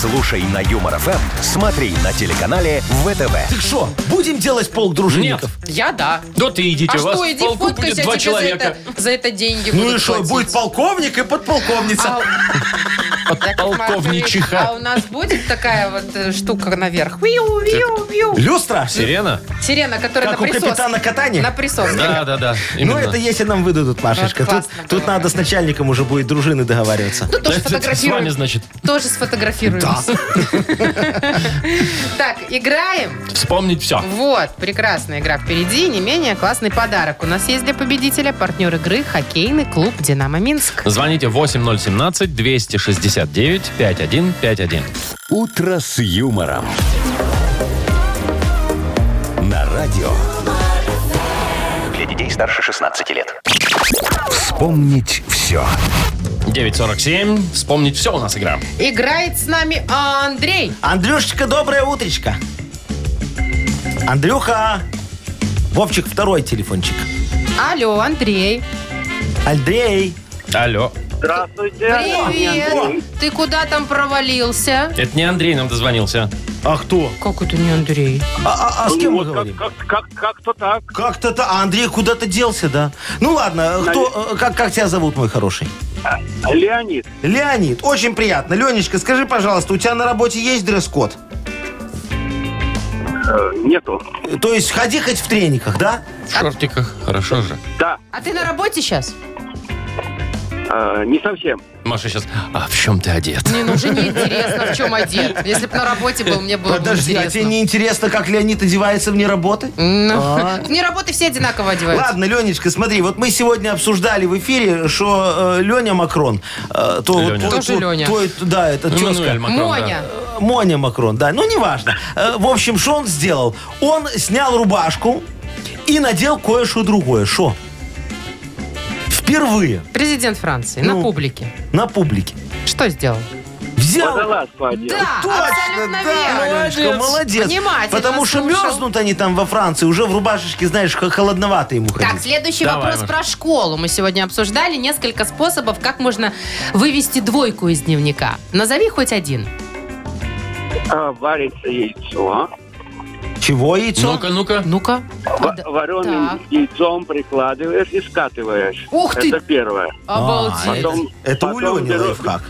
A: Слушай на Юмор ФМ, смотри на телеканале ВТВ.
D: Так что, будем делать полк дружинников?
C: Я да.
B: Да ты идите,
C: А
B: у вас
C: что,
B: в
C: иди
B: полку будет
C: фоткайся, а
B: два
C: тебе за
B: человека.
C: это, за это деньги
D: Ну
C: будут
D: и что,
C: платить.
D: будет полковник и подполковница.
C: А, Яков Маркович,
B: Подполковничиха.
C: А у нас будет такая вот э, штука наверх. Виу, виу, виу.
D: Люстра?
B: Сирена?
C: Сирена, которая
D: Как
C: на
D: у
C: присоске.
D: капитана Катани?
C: На присоске.
B: Да-да-да.
D: Ну, это если нам выдадут, Машечка.
C: Вот
D: Тут,
C: классно
D: тут
C: было.
D: надо с начальником уже будет дружины договариваться.
C: Ну, тоже
B: С вами,
C: сфотографируем.
B: значит,
C: Тоже сфотографируемся. [LAUGHS] Так, играем.
B: вспомнить все.
C: Вот, прекрасная игра впереди. Не менее классный подарок. У нас есть для победителя партнер игры хоккейный клуб «Динамо Минск».
B: Звоните 8017-269-5151.
A: «Утро с юмором». На радио
G: Для детей старше 16 лет.
A: «Вспомнить все».
B: 947. Вспомнить все у нас игра.
C: Играет с нами Андрей.
D: Андрюшечка, доброе утречко. Андрюха. Вовчик, второй телефончик.
C: Алло, Андрей.
D: Андрей.
B: Алло.
E: Здравствуйте.
C: Привет. Ты куда там провалился?
B: Это не Андрей нам дозвонился.
D: А кто?
C: Как это не Андрей?
D: А, а- а с кем мы
E: Вот
D: говорим?
E: как- как- как- Как-то так.
D: Как-то то А Андрей куда-то делся, да? Ну ладно, кто, э, как, как тебя зовут, мой хороший?
E: Леонид,
D: Леонид, очень приятно. Ленечка, скажи, пожалуйста, у тебя на работе есть дресс-код?
E: э, нету.
D: Э, То есть ходи хоть в трениках, да?
B: В шортиках. Хорошо же.
E: Да,
C: А ты на работе сейчас?
E: э, не совсем.
B: Маша сейчас... А в чем ты одет?
C: Не, ну уже неинтересно, в чем одет. Если бы на работе был, мне было бы
D: Подожди, а тебе
C: интересно.
D: не интересно, как Леонид одевается вне работы? А.
C: Ну, Вне работы все одинаково одеваются.
D: Ладно, Ленечка, смотри, вот мы сегодня обсуждали в эфире, что Леня Макрон, э, то вот
B: Леня.
D: твой-
C: Тоже
D: твой-
C: Леня. Ну,
D: твой- да, это
B: Эммануэль
D: тезка.
B: Макрон, да.
C: Моня.
D: Э, Моня Макрон, да, ну неважно. Э, В общем, что он сделал? Он снял рубашку и надел кое-что другое. Что? Впервые
C: Президент Франции на
D: Ну.
C: публике.
D: на публике
C: Что сделал?
D: Взял.
H: Водолаз поодел.
C: Да, абсолютно
D: да,
C: верно.
D: Аленочка, молодец.
C: Внимательно
D: Потому что
C: слушал.
D: мерзнут они там во Франции, уже в рубашечке, знаешь, хо- холодновато ему ходить.
C: Так, следующий
B: Давай,
C: вопрос
B: Маша.
C: про школу. Мы сегодня обсуждали несколько способов, как можно вывести двойку из дневника. Назови хоть один.
H: А, Варится яйцо.
D: Чего яйцо?
B: Ну-ка, ну-ка.
C: Ну-ка.
H: Ва-
C: Да.
H: Вареным
C: Так.
H: яйцом прикладываешь и скатываешь.
C: Ух ты!
H: Это первое.
D: А,
C: Обалдеть.
D: это,
H: Потом-
D: это у
H: потом
D: Лени
H: беру-
D: лайфхак.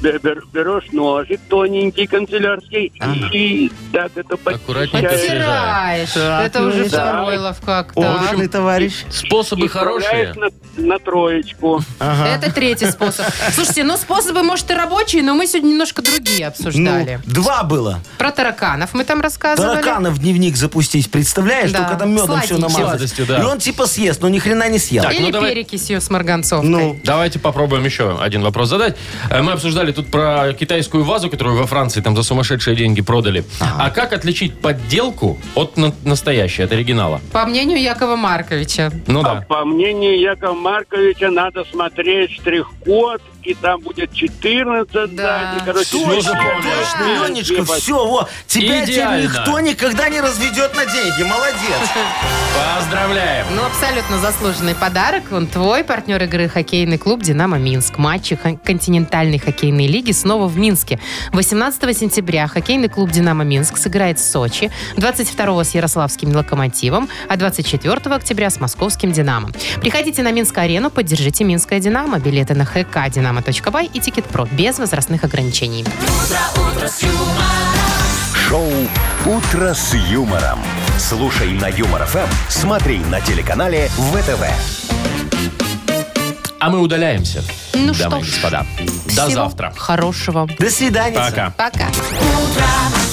H: Бер- бер- Берешь ножик тоненький канцелярский и так это
B: Аккуратненько
H: подчищаешь.
C: Потираешь.
D: Так,
C: это
D: ну
C: уже
D: и
C: второй
H: так.
C: ловкак. так.
D: Опытный товарищ.
B: Способы
H: И
B: хорошие.
H: отправляешь на, на троечку.
D: Ага.
C: Это третий способ. Слушайте, ну способы, может, и рабочие, но мы сегодня немножко другие обсуждали.
D: Ну, два было.
C: Про тараканов мы там рассказывали.
D: Таракана в дневник запустить, представляешь?
C: А Да.
D: Только там медом все
C: Сладенький.
D: намазать.
B: Сладостью, да.
D: И он типа съест, но ни хрена не съел.
B: Так,
C: Или
B: ну давай.
C: перекисью с марганцовкой.
D: Ну,
B: Давайте попробуем еще один вопрос задать. Э, Мы обсуждали тут про китайскую вазу, которую во Франции там за сумасшедшие деньги продали. А как отличить подделку от на- настоящей, от оригинала?
C: По мнению Якова Марковича.
B: Ну
H: А
B: да.
H: по мнению Якова Марковича, надо смотреть штрих-код, и там будет 14
C: Да.
H: сзади. Короче, ну,
B: Точно,
H: нужно помнить.
D: Точно,
H: Да,
D: Ленечка,
H: ебать.
D: все, вот. Тебя
B: Идеально.
D: теперь никто никогда не разведет на деньги. Молодец.
B: Поздравляем!
C: Ну, абсолютно заслуженный подарок. Он твой партнер игры хоккейный клуб «Динамо Минск». Матчи хо- континентальной хоккейной лиги снова в Минске. 18 сентября хоккейный клуб «Динамо Минск» сыграет в Сочи, 22 с Ярославским «Локомотивом», а 24 октября с московским «Динамо». Приходите на Минск-арену, поддержите «Минское Динамо». Билеты на хкдинамо.бай и «Тикет.Про» без возрастных ограничений.
A: Шоу «Утро с юмором». Слушай на Юмор ФМ, смотри на телеканале ВТВ.
B: А мы удаляемся,
C: Ну что
B: дамы и
C: ж,
B: господа. До
C: Всего
B: завтра.
C: Хорошего.
D: До свидания.
B: Пока.
C: Пока.
I: Утро